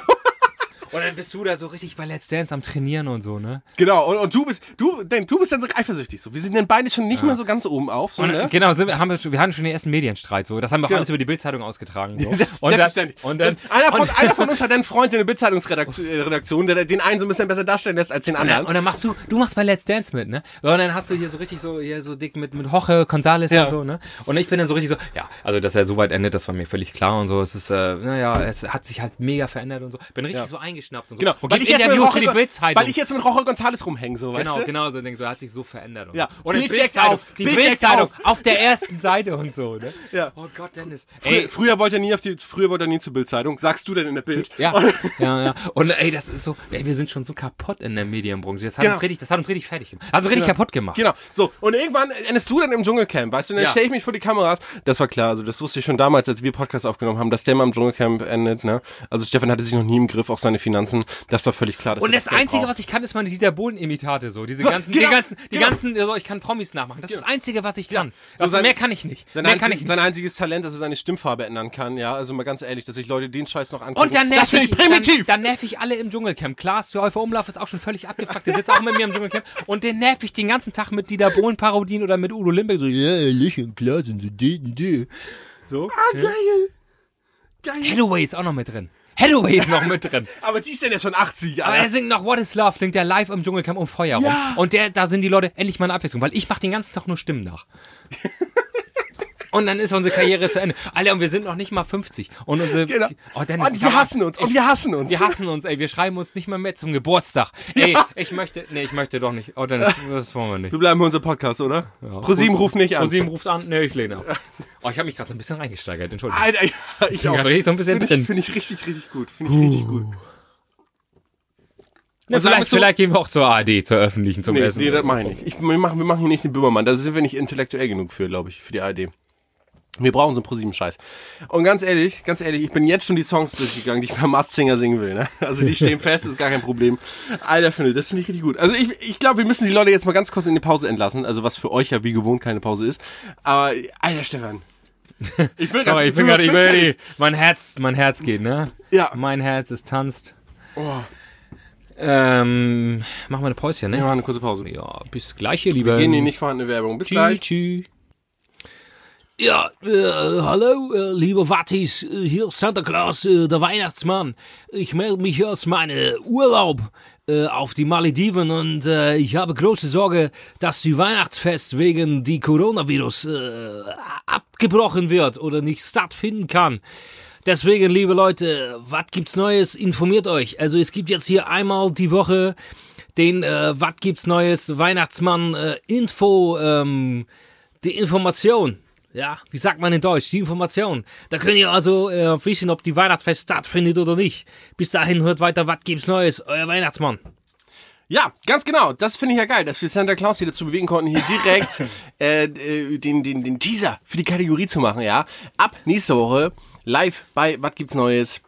Speaker 4: Und dann bist du da so richtig bei Let's Dance am Trainieren und so, ne?
Speaker 3: Genau, und, und du bist, du, denn du bist dann so eifersüchtig. So. Wir sind dann beide schon nicht mehr so ganz oben auf. So, <laughs>
Speaker 4: Und,
Speaker 3: ne?
Speaker 4: Genau, sind wir, haben wir, schon, wir hatten schon den ersten Medienstreit. So. Das haben wir auch
Speaker 3: Genau.
Speaker 4: alles über die Bildzeitung ausgetragen.
Speaker 3: <laughs>
Speaker 4: So. Und dann,
Speaker 3: Selbstverständlich.
Speaker 4: und dann,
Speaker 3: einer, von,
Speaker 4: und,
Speaker 3: einer
Speaker 4: <laughs>
Speaker 3: von uns hat einen Freund in der Bildzeitungsredaktion, der den einen so ein bisschen besser darstellen lässt als den
Speaker 4: und dann,
Speaker 3: anderen.
Speaker 4: und dann machst du, du machst bei Let's Dance mit, ne? Und dann hast du hier so richtig so, hier so dick mit, mit Hoche, Gonzales
Speaker 3: Ja.
Speaker 4: und so, ne? Und ich bin dann so richtig so, ja, also dass er so weit endet, das war mir völlig klar und so. Es ist, äh, naja, es hat sich halt mega verändert und so. Bin richtig
Speaker 3: Ja.
Speaker 4: so eingeschnappt und so.
Speaker 3: Genau,
Speaker 4: und
Speaker 3: weil
Speaker 4: gib
Speaker 3: ich, jetzt mit
Speaker 4: Interviews für
Speaker 3: Roche,
Speaker 4: die Bildzeitung.
Speaker 3: weil ich jetzt mit Roche Gonzales rumhänge, so,
Speaker 4: Genau,
Speaker 3: weißt du?
Speaker 4: genau, so denkst du, hat sich so verändert. Und
Speaker 3: Ja.
Speaker 4: so. und halt die
Speaker 3: Bild deckt
Speaker 4: Bildzeitung,
Speaker 3: auf,
Speaker 4: die
Speaker 3: Bild deckt
Speaker 4: Bildzeitung
Speaker 3: auf.
Speaker 4: auf der ersten Seite und so, ne?
Speaker 3: Ja.
Speaker 4: Oh Gott, Dennis.
Speaker 3: Früher, früher wollte er nie auf die, früher wollte er nie zur Bildzeitung. Sagst du denn in der Bild? <laughs>
Speaker 4: Ja,
Speaker 3: Und-
Speaker 4: ja, ja. Und ey, das ist so, ey, wir sind schon so kaputt in der Medienbranche. Das hat,
Speaker 3: Genau.
Speaker 4: uns, richtig, das hat uns richtig fertig gemacht. Hat uns richtig kaputt gemacht.
Speaker 3: Genau. So, und irgendwann endest du dann im Dschungelcamp, weißt du, und dann
Speaker 4: Ja.
Speaker 3: stelle ich mich vor die Kameras. Das war klar, also das wusste ich schon damals, als wir Podcast aufgenommen haben, dass der mal im Dschungelcamp endet, ne? Also Stefan hatte sich noch nie im Griff, auch seine Finanzen. Das war völlig klar. Dass
Speaker 4: Und
Speaker 3: er
Speaker 4: das
Speaker 3: Geld
Speaker 4: Einzige,
Speaker 3: braucht.
Speaker 4: was ich kann, ist meine Dieter Bohlen-Imitate. So, diese
Speaker 3: So,
Speaker 4: ganzen,
Speaker 3: genau,
Speaker 4: die ganzen, die
Speaker 3: genau.
Speaker 4: ganzen, so, ich kann Promis nachmachen. Das ist das Einzige, was ich kann.
Speaker 3: So
Speaker 4: Also
Speaker 3: sein-
Speaker 4: mehr kann ich nicht.
Speaker 3: Sein,
Speaker 4: Mehr
Speaker 3: einzig-
Speaker 4: kann ich nicht.
Speaker 3: sein einziges Talent, dass er seine Stimmfarbe ändern kann, ja. Also mal ganz ehrlich, dass sich Leute den Scheiß noch angucken.
Speaker 4: Und dann
Speaker 3: das
Speaker 4: nerv,
Speaker 3: finde
Speaker 4: ich,
Speaker 3: ich primitiv.
Speaker 4: Dann, dann nerv ich alle im Dschungelcamp. Klaas, der Eufer Umlauf ist auch schon völlig abgefuckt. Der sitzt auch mit mir im Dschungelcamp. Und den nerv ich den ganzen Tag mit Dieter Bohlen-Parodien oder mit Udo Limbeck. So, ja, Lich und Klaas sind so die und die. So. Ah, geil.
Speaker 3: Geil.
Speaker 4: Hathaway ist auch noch mit drin. Hathaway ist noch mit drin.
Speaker 3: aber die ist denn ja schon 80,
Speaker 4: Aber er
Speaker 3: Alter.
Speaker 4: singt noch What is Love, singt er live im Dschungelcamp um Feuer rum.
Speaker 3: Äh. Ja.
Speaker 4: Und der, da sind die Leute endlich mal eine Abwechslung, weil ich mache den ganzen Tag nur Stimmen
Speaker 3: <laughs>
Speaker 4: nach. und dann ist unsere Karriere zu Ende. Alter, und wir sind noch nicht mal 50. Und, unsere,
Speaker 3: Genau.
Speaker 4: oh, Dennis,
Speaker 3: Und wir
Speaker 4: sag mal,
Speaker 3: hassen uns, und
Speaker 4: ich-
Speaker 3: wir hassen uns.
Speaker 4: wir hassen uns, ey. Wir schreiben uns nicht mal mehr zum
Speaker 3: <laughs>
Speaker 4: Geburtstag. Ey, ich möchte, nee, ich möchte doch nicht. Oh, Dennis, das wollen wir nicht.
Speaker 3: Wir bleiben bei unserem Podcast, oder? Ja. ProSieben ruft nicht an.
Speaker 4: ProSieben ruft an, nee, ich lehne ab. <laughs> Oh, ich habe mich gerade so ein bisschen reingesteigert, Entschuldigung.
Speaker 3: Alter, <laughs> ja, ich auch.
Speaker 4: Ja, richtig, so ein bisschen
Speaker 3: Finde
Speaker 4: drin.
Speaker 3: ich, find ich richtig, richtig gut. Finde ich richtig gut.
Speaker 4: Ne,
Speaker 3: was
Speaker 4: vielleicht,
Speaker 3: sagst du?
Speaker 4: vielleicht gehen wir auch zur ARD, zur öffentlichen, zum
Speaker 3: Nee,
Speaker 4: Essen.
Speaker 3: nee das mache ich nicht. Ich, wir, machen, wir machen hier nicht den Böhmermann. Da sind wir nicht intellektuell genug für, glaube ich, für die ARD. Wir brauchen so einen prosieben Scheiß. Und ganz ehrlich, ganz ehrlich, ich bin jetzt schon die Songs durchgegangen, die ich beim Must Singer singen will. Ne? Also die stehen fest, ist gar kein Problem. Alter, finde, das finde ich richtig gut. Also ich, ich glaube, wir müssen die Leute jetzt mal ganz kurz in die Pause entlassen. Also was für euch ja wie gewohnt keine Pause ist. Aber Alter, Stefan. Ich bin,
Speaker 4: <laughs> Sorry, ich bin gerade, ich bin ready. Mein Herz, mein Herz geht, ne?
Speaker 3: Ja.
Speaker 4: Mein Herz, es tanzt.
Speaker 3: Ah. Oh,
Speaker 4: Ähm, machen wir eine Pause,
Speaker 3: wir
Speaker 4: ne?
Speaker 3: machen eine kurze Pause. Wir
Speaker 4: Ja, bis gleich hier, lieber.
Speaker 3: gehen in die nicht vorhandene Werbung. Bis
Speaker 4: Tschü,
Speaker 3: gleich.
Speaker 4: tschü. Ja, äh, hallo, äh, lieber Wattis, äh, hier Santa Claus, äh, der Weihnachtsmann. Ich melde mich aus meinem Urlaub äh, auf die Malediven und äh, ich habe große Sorge, dass die Weihnachtsfest wegen die Coronavirus äh, abgebrochen wird oder nicht stattfinden kann. Deswegen, liebe Leute, was gibt's Neues? Informiert euch. Also es gibt jetzt hier einmal die Woche den äh, Was gibt's Neues Weihnachtsmann äh, Info, ähm, die Information. Ja, wie sagt man in Deutsch? Die Information. Da könnt ihr also äh, wissen, ob die Weihnachtsfest stattfindet oder nicht. Bis dahin hört weiter, was gibt's Neues? Euer Weihnachtsmann.
Speaker 3: Ja, ganz genau. Das finde ich ja geil, dass wir Santa Claus hier dazu bewegen konnten, hier direkt äh, äh, den, den, den Teaser für die Kategorie zu machen, ja. Ab nächste Woche live bei Was gibt's Neues?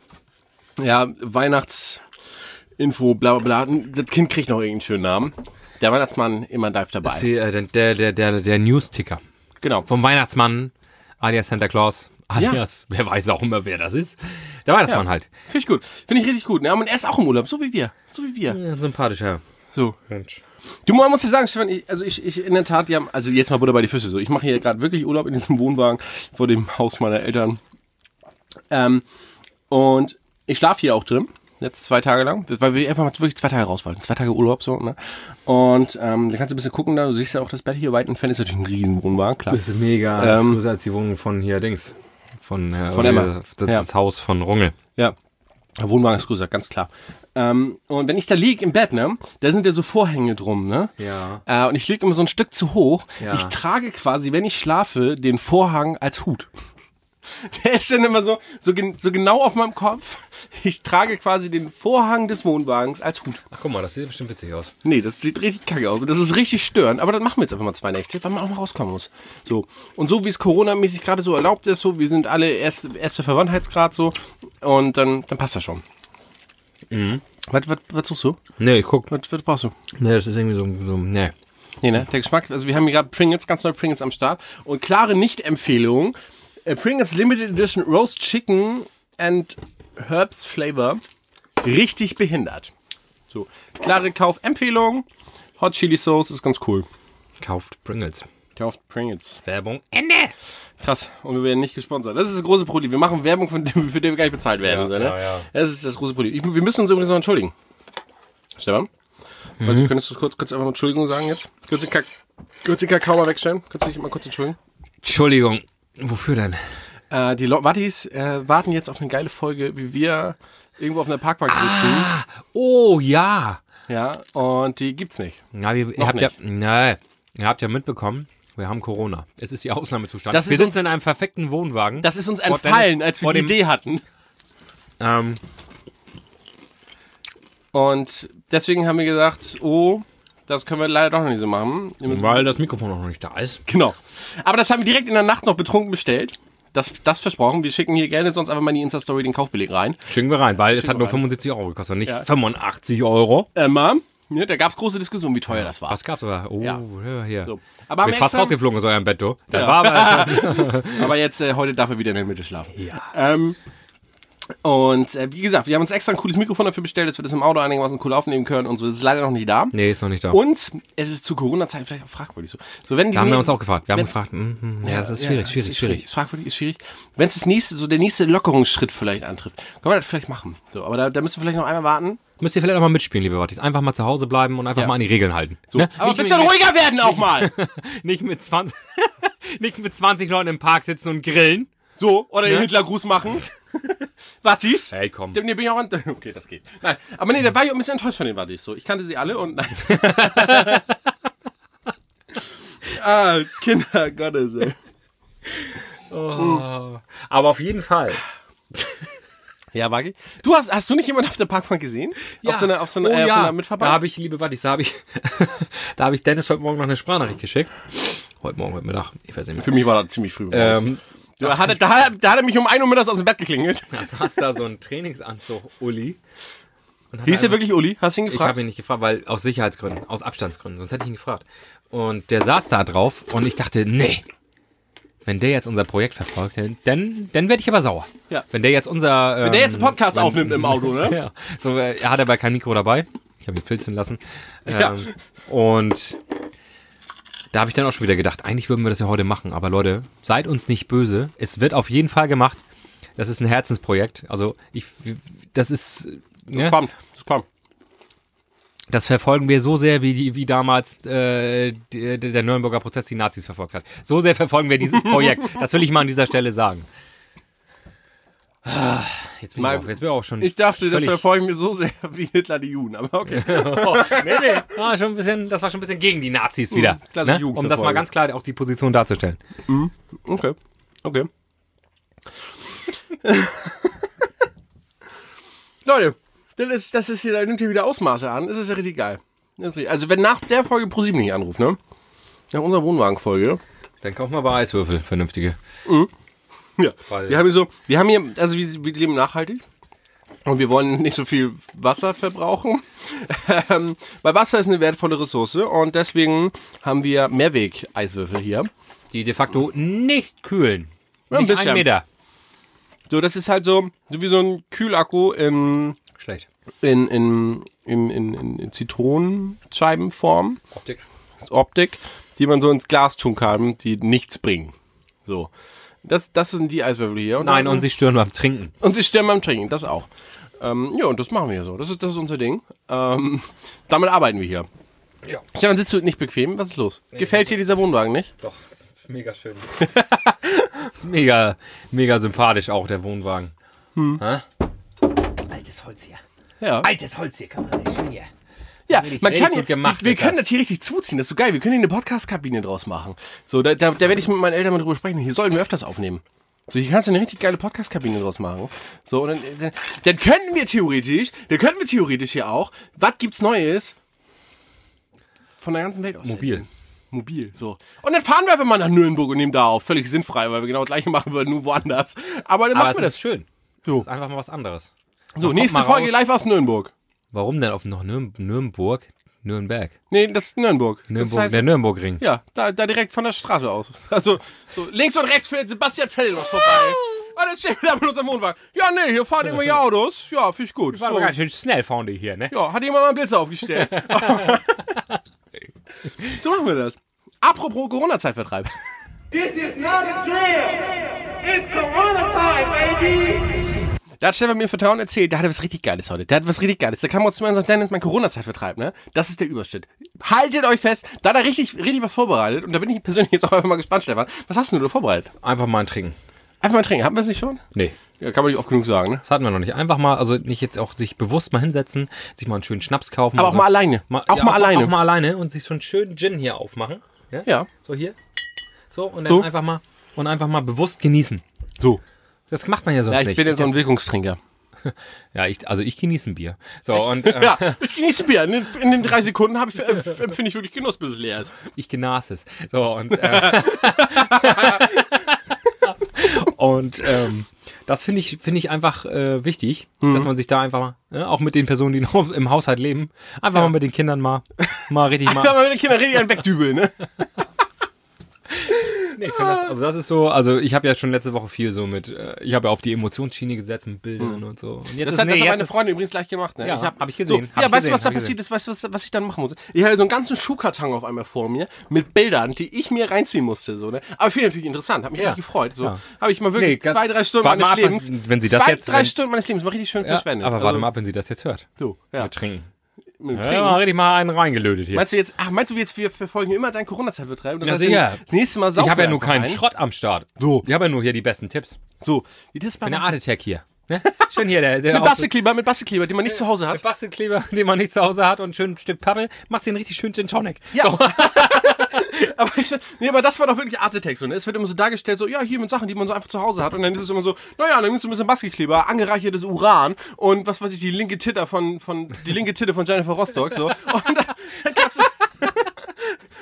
Speaker 3: Ja, Weihnachtsinfo, bla bla bla. Das Kind kriegt noch irgendeinen schönen Namen. Der Weihnachtsmann immer live dabei.
Speaker 4: äh, der, der, der, der News-Ticker
Speaker 3: Genau.
Speaker 4: vom Weihnachtsmann, alias Santa Claus,
Speaker 3: alias,
Speaker 4: wer weiß auch immer, wer das ist. Der Weihnachtsmann halt.
Speaker 3: Finde ich gut. Finde ich richtig gut. Ne? Und er ist auch im Urlaub, so wie wir. So wie wir.
Speaker 4: sympathischer
Speaker 3: So.
Speaker 4: Mensch.
Speaker 3: Du man muss dir sagen, Stefan, ich, also ich, ich in der Tat, die haben, also jetzt mal Butter bei die Füße. So, ich mache hier gerade wirklich Urlaub in diesem Wohnwagen vor dem Haus meiner Eltern. Ähm, und ich schlafe hier auch drin, jetzt zwei Tage lang, weil wir einfach mal wirklich zwei Tage raus wollten. Zwei Tage Urlaub so, ne? Und ähm, da kannst du ein bisschen gucken, da du siehst ja auch das Bett hier weit entfernt, ist natürlich ein riesen Wohnwagen, klar.
Speaker 4: Das ist mega.
Speaker 3: Ähm,
Speaker 4: das ist größer als die Wohnung von hier Dings. Von, äh,
Speaker 3: Von Emma.
Speaker 4: Das,
Speaker 3: Ja.
Speaker 4: ist das Haus von Runge.
Speaker 3: Ja. Der Wohnwagen ist größer, ganz klar. Ähm, und wenn ich da lieg im Bett, ne, da sind ja so Vorhänge drum, ne?
Speaker 4: Ja.
Speaker 3: Äh, und ich lieg immer so ein Stück zu hoch.
Speaker 4: Ja.
Speaker 3: Ich trage quasi, wenn ich schlafe, den Vorhang als Hut. <laughs> Der ist dann immer so, so, gen so genau auf meinem Kopf. Ich trage quasi den Vorhang des Wohnwagens als Hut.
Speaker 4: Ach, guck mal, das sieht bestimmt witzig aus.
Speaker 3: Nee, das sieht richtig kacke aus. Und das ist richtig störend. Aber das machen wir jetzt einfach mal zwei Nächte, weil man auch mal rauskommen muss. So. Und so wie es Corona-mäßig gerade so erlaubt ist, so, wir sind alle erst, erster Verwandtheitsgrad so. Und dann, dann passt das schon. Was, was, was suchst du?
Speaker 4: Nee, ich guck.
Speaker 3: Was, was brauchst du?
Speaker 4: Nee, das ist irgendwie so. so nee.
Speaker 3: Nee, ne? Der Geschmack, also wir haben hier gerade Pringles, ganz neue Pringles am Start. Und klare Nicht-Empfehlung. äh, Pringles Limited Edition Roast Chicken and Herbs Flavor. Richtig behindert. So, klare Kaufempfehlung. Hot Chili Sauce ist ganz cool.
Speaker 4: Kauft Pringles.
Speaker 3: Kauft Pringles.
Speaker 4: Werbung. Ende!
Speaker 3: Krass. Und wir werden nicht gesponsert. Das ist das große Problem. Wir machen Werbung, von dem, für den wir gar nicht bezahlt werden.
Speaker 4: Ja,
Speaker 3: so, ne?
Speaker 4: ja, ja.
Speaker 3: Das ist das große Problem. Ich, wir müssen uns übrigens noch entschuldigen. Stefan? Also, könntest du kurz, kurz einfach mal Entschuldigung sagen jetzt? Kurz den, Kak kurz den Kakao mal wegstellen. Kurz dich mal kurz entschuldigen.
Speaker 4: Entschuldigung. Wofür denn?
Speaker 3: Äh, die Lo- Wattis äh, warten jetzt auf eine geile Folge, wie wir irgendwo auf einer Parkbank sitzen.
Speaker 4: Oh ja!
Speaker 3: Ja, und die gibt's nicht.
Speaker 4: Na, wir, ihr,
Speaker 3: Noch
Speaker 4: habt ja, nee, ihr habt ja mitbekommen, wir haben Corona. Es ist der Ausnahmezustand.
Speaker 3: Das
Speaker 4: wir
Speaker 3: ist uns-
Speaker 4: sitzen in einem verfickten Wohnwagen.
Speaker 3: Das ist uns
Speaker 4: Vor Dennis-
Speaker 3: entfallen, als wir
Speaker 4: vor
Speaker 3: die
Speaker 4: dem-
Speaker 3: Idee hatten.
Speaker 4: ähm,
Speaker 3: Und deswegen haben wir gesagt, oh, das können wir leider doch noch nicht so machen. Ihr müsst-
Speaker 4: weil das Mikrofon noch nicht da ist.
Speaker 3: Genau. Aber das haben wir direkt in der Nacht noch betrunken bestellt. Das, das versprochen. Wir schicken hier gerne sonst einfach mal in die Insta-Story den Kaufbeleg rein.
Speaker 4: Schicken wir rein, weil es hat
Speaker 3: wir
Speaker 4: nur
Speaker 3: rein.
Speaker 4: 75 Euro gekostet und nicht
Speaker 3: Ja.
Speaker 4: 85 Euro.
Speaker 3: Emma, ne, da gab's große Diskussionen, wie teuer das war.
Speaker 4: Was gab's aber? Oh,
Speaker 3: Ja.
Speaker 4: ja. hier.
Speaker 3: So. Aber haben
Speaker 4: wir
Speaker 3: wir
Speaker 4: fast
Speaker 3: extra-
Speaker 4: rausgeflogen aus eurem Bett, du. Das war aber
Speaker 3: Aber jetzt, äh, heute darf er wieder in der Mitte schlafen. Ja. Ähm, und äh, wie gesagt, wir haben uns extra ein cooles Mikrofon dafür bestellt, dass wir das im Auto einigermaßen cool aufnehmen können und so. Das ist leider noch nicht da.
Speaker 4: Nee, ist noch nicht da.
Speaker 3: <laughs> Und es ist zu Corona-Zeit vielleicht auch fragwürdig so. so wenn die
Speaker 4: da haben wir
Speaker 3: nä-
Speaker 4: uns auch gefragt. Wir haben
Speaker 3: wenn's-
Speaker 4: gefragt, hm, hm, ja, das ist schwierig,
Speaker 3: es
Speaker 4: schwierig,
Speaker 3: ist
Speaker 4: schwierig.
Speaker 3: Ist fragwürdig, ist schwierig. Wenn es das nächste, so der nächste Lockerungsschritt vielleicht antritt, können wir das vielleicht machen. So, aber da, da müssen wir vielleicht noch einmal warten.
Speaker 4: Müsst ihr vielleicht auch mal mitspielen, liebe Wattis. Einfach mal zu Hause bleiben und einfach
Speaker 3: Ja.
Speaker 4: mal an die Regeln halten.
Speaker 3: So.
Speaker 4: Ne?
Speaker 3: Aber ein
Speaker 4: Nicht
Speaker 3: bisschen
Speaker 4: mit-
Speaker 3: ruhiger werden auch mal.
Speaker 4: <laughs> Nicht mit 20, nicht mit 20 Leuten im Park sitzen und grillen.
Speaker 3: So, oder den Hitlergruß machen. <laughs> Wattis.
Speaker 4: Ne? Hey, komm.
Speaker 3: Dem, dem bin ich auch an <laughs> okay, das geht. Nein, aber nee, da war ich auch ein bisschen enttäuscht von den Wattis. So, ich kannte sie alle und
Speaker 4: <laughs>
Speaker 3: nein. ah, Kinder Gottes, ey.
Speaker 4: Aber auf jeden Fall.
Speaker 3: Ja, Wagi. Du hast, hast du nicht jemanden auf der Parkbank gesehen? Auf so einer, auf so einer,
Speaker 4: oh,
Speaker 3: äh, auf so
Speaker 4: ja.
Speaker 3: einer
Speaker 4: Da
Speaker 3: Mitverband?
Speaker 4: habe ich, liebe Wattis, da habe ich, <laughs> da habe ich Dennis heute Morgen noch eine Sprachnachricht geschickt. Heute Morgen, heute Mittag, ich weiß nicht mehr. <laughs>
Speaker 3: Für mich war das ziemlich früh.
Speaker 4: Ähm,
Speaker 3: Da hat, er, da, hat er- da hat er mich um 1 Uhr mittags aus dem Bett geklingelt.
Speaker 4: Da saß da so ein Trainingsanzug, Uli. Und hat
Speaker 3: Hieß er
Speaker 4: einfach-
Speaker 3: wirklich Uli? Hast du ihn
Speaker 4: Ich
Speaker 3: gefragt?
Speaker 4: habe ihn nicht gefragt, weil aus Sicherheitsgründen, aus Abstandsgründen, sonst hätte ich ihn gefragt. Und der saß da drauf und ich dachte, nee, wenn der jetzt unser Projekt verfolgt, dann, dann werde ich aber sauer.
Speaker 3: Ja.
Speaker 4: Wenn der jetzt unser... ähm,
Speaker 3: Wenn der jetzt einen Podcast aufnimmt im Auto, ne?
Speaker 4: <laughs> Ja, so, äh, er hat aber kein Mikro dabei. Ich habe ihn filzen lassen. Ähm,
Speaker 3: Ja.
Speaker 4: Und da habe ich dann auch schon wieder gedacht, eigentlich würden wir das ja heute machen. Aber Leute, seid uns nicht böse. Es wird auf jeden Fall gemacht. Das ist ein Herzensprojekt. Also ich, das ist, ne?
Speaker 3: Komm, komm.
Speaker 4: das verfolgen wir so sehr, wie, die- wie damals äh, die, der Nürnberger Prozess die Nazis verfolgt hat. So sehr verfolgen wir dieses Projekt. Das will ich mal an dieser Stelle sagen. Ah, Jetzt bin,
Speaker 3: Mal-
Speaker 4: ich auch, jetzt bin ich auch schon.
Speaker 3: Ich dachte, das
Speaker 4: völlig-
Speaker 3: verfolgen wir so sehr <laughs> wie Hitler die Juden, aber okay.
Speaker 4: <laughs> Oh, nee, nee.
Speaker 3: <laughs>
Speaker 4: Ah, schon ein bisschen, das war schon ein bisschen gegen die Nazis wieder.
Speaker 3: klasse
Speaker 4: Ne?
Speaker 3: Jugend-
Speaker 4: Um das mal
Speaker 3: Folge.
Speaker 4: ganz klar auch die Position darzustellen.
Speaker 3: Okay. Okay. <laughs> Leute, das ist, das ist hier, da nimmt hier wieder Ausmaße an. Das ist ja richtig geil. Das ist richtig. Also, wenn nach der Folge ProSieben nicht anruft, ne? Nach unserer Wohnwagenfolge.
Speaker 4: Dann kaufen wir mal Eiswürfel, vernünftige.
Speaker 3: Ja.
Speaker 4: Weil-
Speaker 3: Wir haben hier so, wir haben hier, also wir, wir leben nachhaltig. Und wir wollen nicht so viel Wasser verbrauchen. <laughs> Ähm, weil Wasser ist eine wertvolle Ressource und deswegen haben wir Mehrweg-Eiswürfel hier.
Speaker 4: Die de facto nicht kühlen.
Speaker 3: Ja, ein
Speaker 4: nicht
Speaker 3: bisschen.
Speaker 4: ein Meter.
Speaker 3: So, das ist halt so, so wie so ein Kühlakku im
Speaker 4: Schlecht.
Speaker 3: in, in, in, in, in, in Zitronenscheibenform,
Speaker 4: Optik.
Speaker 3: das ist Optik, die man so ins Glas tun kann, die nichts bringen. So. Das, das sind die Eiswürfel hier. Und
Speaker 4: Nein,
Speaker 3: und,
Speaker 4: und sie stören beim Trinken.
Speaker 3: und sie sterben beim Trinken, das auch. Ähm, ja, und das machen wir hier so. Das ist, das ist unser Ding. Ähm, damit arbeiten wir hier.
Speaker 4: Ja.
Speaker 3: Stefan, sitzt du nicht bequem? Was ist los? Gefällt dir dieser Wohnwagen nicht?
Speaker 4: Doch, ist mega schön. <laughs> ist mega, mega sympathisch auch, der Wohnwagen.
Speaker 3: Hm.
Speaker 4: Hä? Altes Holz hier.
Speaker 3: Ja.
Speaker 4: Altes Holz hier, kann man nicht schon hier.
Speaker 3: Ja,
Speaker 4: Richtig,
Speaker 3: man
Speaker 4: richtig
Speaker 3: kann hier,
Speaker 4: gut gemacht
Speaker 3: wir
Speaker 4: ist
Speaker 3: können
Speaker 4: das.
Speaker 3: das hier richtig zuziehen, das ist so geil. Wir können hier eine Podcast-Kabine draus machen. So, da, da, da werde ich mit meinen Eltern mal drüber sprechen. Hier sollten wir öfters aufnehmen. So, hier kannst du eine richtig geile Podcast-Kabine draus machen. So, und dann, dann, dann könnten wir theoretisch, dann könnten wir theoretisch hier auch, was gibt's Neues? Von der ganzen Welt aus.
Speaker 4: Mobil.
Speaker 3: Mobil, so. Und dann fahren wir einfach mal nach Nürnberg und nehmen da auf. Völlig sinnfrei, weil wir genau das gleiche machen würden, nur woanders. Aber dann
Speaker 4: Aber
Speaker 3: machen
Speaker 4: es
Speaker 3: wir
Speaker 4: ist
Speaker 3: das.
Speaker 4: schön.
Speaker 3: So.
Speaker 4: Das ist einfach mal was anderes.
Speaker 3: So,
Speaker 4: Kommt
Speaker 3: nächste
Speaker 4: mal
Speaker 3: Folge
Speaker 4: raus.
Speaker 3: live aus Nürnberg.
Speaker 4: Warum denn auf noch Nürn Nürnberg? Nürnberg.
Speaker 3: Nee, das ist Nürnberg.
Speaker 4: Nürnberg
Speaker 3: das heißt,
Speaker 4: der Nürnbergring.
Speaker 3: Ja, da, da direkt von der Straße aus. Also, so links und rechts fährt Sebastian Fell noch vorbei. Ah, Und jetzt stehen wir da mit unserem Wohnwagen. Ja, nee, hier <laughs> fahren irgendwelche Autos. Ja, finde ich gut.
Speaker 4: War
Speaker 3: So.
Speaker 4: aber ganz schön schnell fahren die hier, ne?
Speaker 3: Ja, hat jemand mal einen Blitz aufgestellt. <laughs> so machen wir das. Apropos Corona-Zeitvertreib.
Speaker 6: This is not a drill. It's Corona time, baby.
Speaker 3: Da hat Stefan mir Vertrauen erzählt, der hatte was richtig Geiles heute. Der hat was richtig Geiles. Da kam er zu mir und sagt, Dennis, mein Corona-Zeitvertreib, ne? Das ist der Überschnitt. Haltet euch fest, da hat er richtig, richtig was vorbereitet. Und da bin ich persönlich jetzt auch einfach mal gespannt, Stefan. Was hast denn du da vorbereitet?
Speaker 4: Einfach mal ein Trinken.
Speaker 3: Einfach mal trinken. Haben wir es nicht schon?
Speaker 4: Nee.
Speaker 3: Ja, kann man nicht oft genug sagen, ne?
Speaker 4: Das hatten wir noch nicht. Einfach mal, also nicht jetzt auch sich bewusst mal hinsetzen, sich mal einen schönen Schnaps kaufen.
Speaker 3: Aber auch
Speaker 4: also,
Speaker 3: mal alleine. Auch mal alleine.
Speaker 4: Auch mal alleine und sich so einen schönen Gin hier aufmachen. Ja.
Speaker 3: Ja.
Speaker 4: So hier. So und dann
Speaker 3: So.
Speaker 4: einfach mal und einfach mal bewusst genießen.
Speaker 3: So.
Speaker 4: Das macht man ja sonst
Speaker 3: Ja, ich
Speaker 4: nicht.
Speaker 3: bin jetzt so ein
Speaker 4: Das-
Speaker 3: Wirkungstrinker.
Speaker 4: Ja, ich, also ich genieße ein Bier. So
Speaker 3: <laughs>
Speaker 4: und äh,
Speaker 3: Ja, ich genieße Bier. In den, in den drei Sekunden hab ich, äh, empfinde ich wirklich Genuss, bis es leer ist.
Speaker 4: ich genas es. So
Speaker 3: <laughs>
Speaker 4: und äh, und ähm, das finde ich finde ich einfach äh, wichtig,
Speaker 3: Mhm.
Speaker 4: dass man sich da einfach mal, ja, auch mit den Personen, die noch <laughs> im Haushalt leben, einfach mal mit den Kindern mal mal
Speaker 3: <laughs>
Speaker 4: richtig
Speaker 3: Ich kann
Speaker 4: mal.
Speaker 3: mal mit den Kindern richtig einen wegdübeln, ne?
Speaker 4: Nee, ich find das, also das ist so, also ich habe ja schon letzte Woche viel so mit, äh, ich habe ja auf die Emotionsschiene gesetzt mit Bildern und so. Und jetzt
Speaker 3: Mhm. Das hat,
Speaker 4: nee,
Speaker 3: das hat
Speaker 4: jetzt
Speaker 3: meine
Speaker 4: ist-
Speaker 3: Freundin übrigens gleich gemacht, ne?
Speaker 4: Ja,
Speaker 3: hab-
Speaker 4: hab ich gesehen,
Speaker 3: So,
Speaker 4: hab
Speaker 3: ja, weißt
Speaker 4: ich
Speaker 3: du,
Speaker 4: gesehen,
Speaker 3: was da
Speaker 4: hab ich
Speaker 3: passiert
Speaker 4: gesehen.
Speaker 3: ist? Weißt du, was, was ich dann machen muss? Ich hatte so einen ganzen Schuhkarton auf einmal vor mir mit Bildern, die ich mir reinziehen musste, so, ne? Aber viel natürlich interessant, hat mich
Speaker 4: Ja.
Speaker 3: richtig gefreut, so.
Speaker 4: Ja.
Speaker 3: Habe ich mal wirklich
Speaker 4: Nee,
Speaker 3: zwei, drei Stunden
Speaker 4: warte
Speaker 3: meines
Speaker 4: mal ab,
Speaker 3: Lebens.
Speaker 4: was- wenn sie das
Speaker 3: zwei,
Speaker 4: jetzt-
Speaker 3: drei
Speaker 4: wenn-
Speaker 3: Stunden meines Lebens mal richtig schön
Speaker 4: ja,
Speaker 3: verschwendet.
Speaker 4: aber warte
Speaker 3: Also,
Speaker 4: mal ab, wenn sie das jetzt hört.
Speaker 3: So, ja.
Speaker 4: Mit Trinken.
Speaker 3: Mit dem
Speaker 4: Ja, mal richtig mal einen reingelötet hier.
Speaker 3: Meinst du jetzt, ach, meinst du jetzt, wir verfolgen immer deinen Corona-Zeitvertreib? Das
Speaker 4: Ja,
Speaker 3: wenn-
Speaker 4: sicher.
Speaker 3: Das nächste Mal saufen
Speaker 4: Ich habe ja
Speaker 3: wir
Speaker 4: nur
Speaker 3: einfach
Speaker 4: keinen
Speaker 3: ein.
Speaker 4: Schrott am Start.
Speaker 3: So.
Speaker 4: Ich habe ja nur hier die besten Tipps.
Speaker 3: So, wie das mal
Speaker 4: Bin der
Speaker 3: mit
Speaker 4: Art Attack hier.
Speaker 3: <laughs>
Speaker 4: Ne? Schön hier, der, der auch so-
Speaker 3: Bastelkleber, mit Bastelkleber, den man nicht zu Hause
Speaker 4: <laughs> mit
Speaker 3: hat.
Speaker 4: Bastelkleber, den man nicht zu Hause hat und schön ein Stück Pappe, machst dir einen richtig schönen Gin Tonic.
Speaker 3: Ja.
Speaker 4: So.
Speaker 3: Aber, ich, find- nee, aber das war doch wirklich Art Attack so. Ne? Es wird immer so dargestellt, so, ja, hier mit Sachen, die man so einfach zu Hause hat. Und dann ist es immer so, naja, dann nimmst du ein bisschen Bastelkleber, angereichertes Uran und was weiß ich, die linke Titter von, von die linke Titte von Jennifer Rostock. So. Und dann, dann kannst du. <laughs>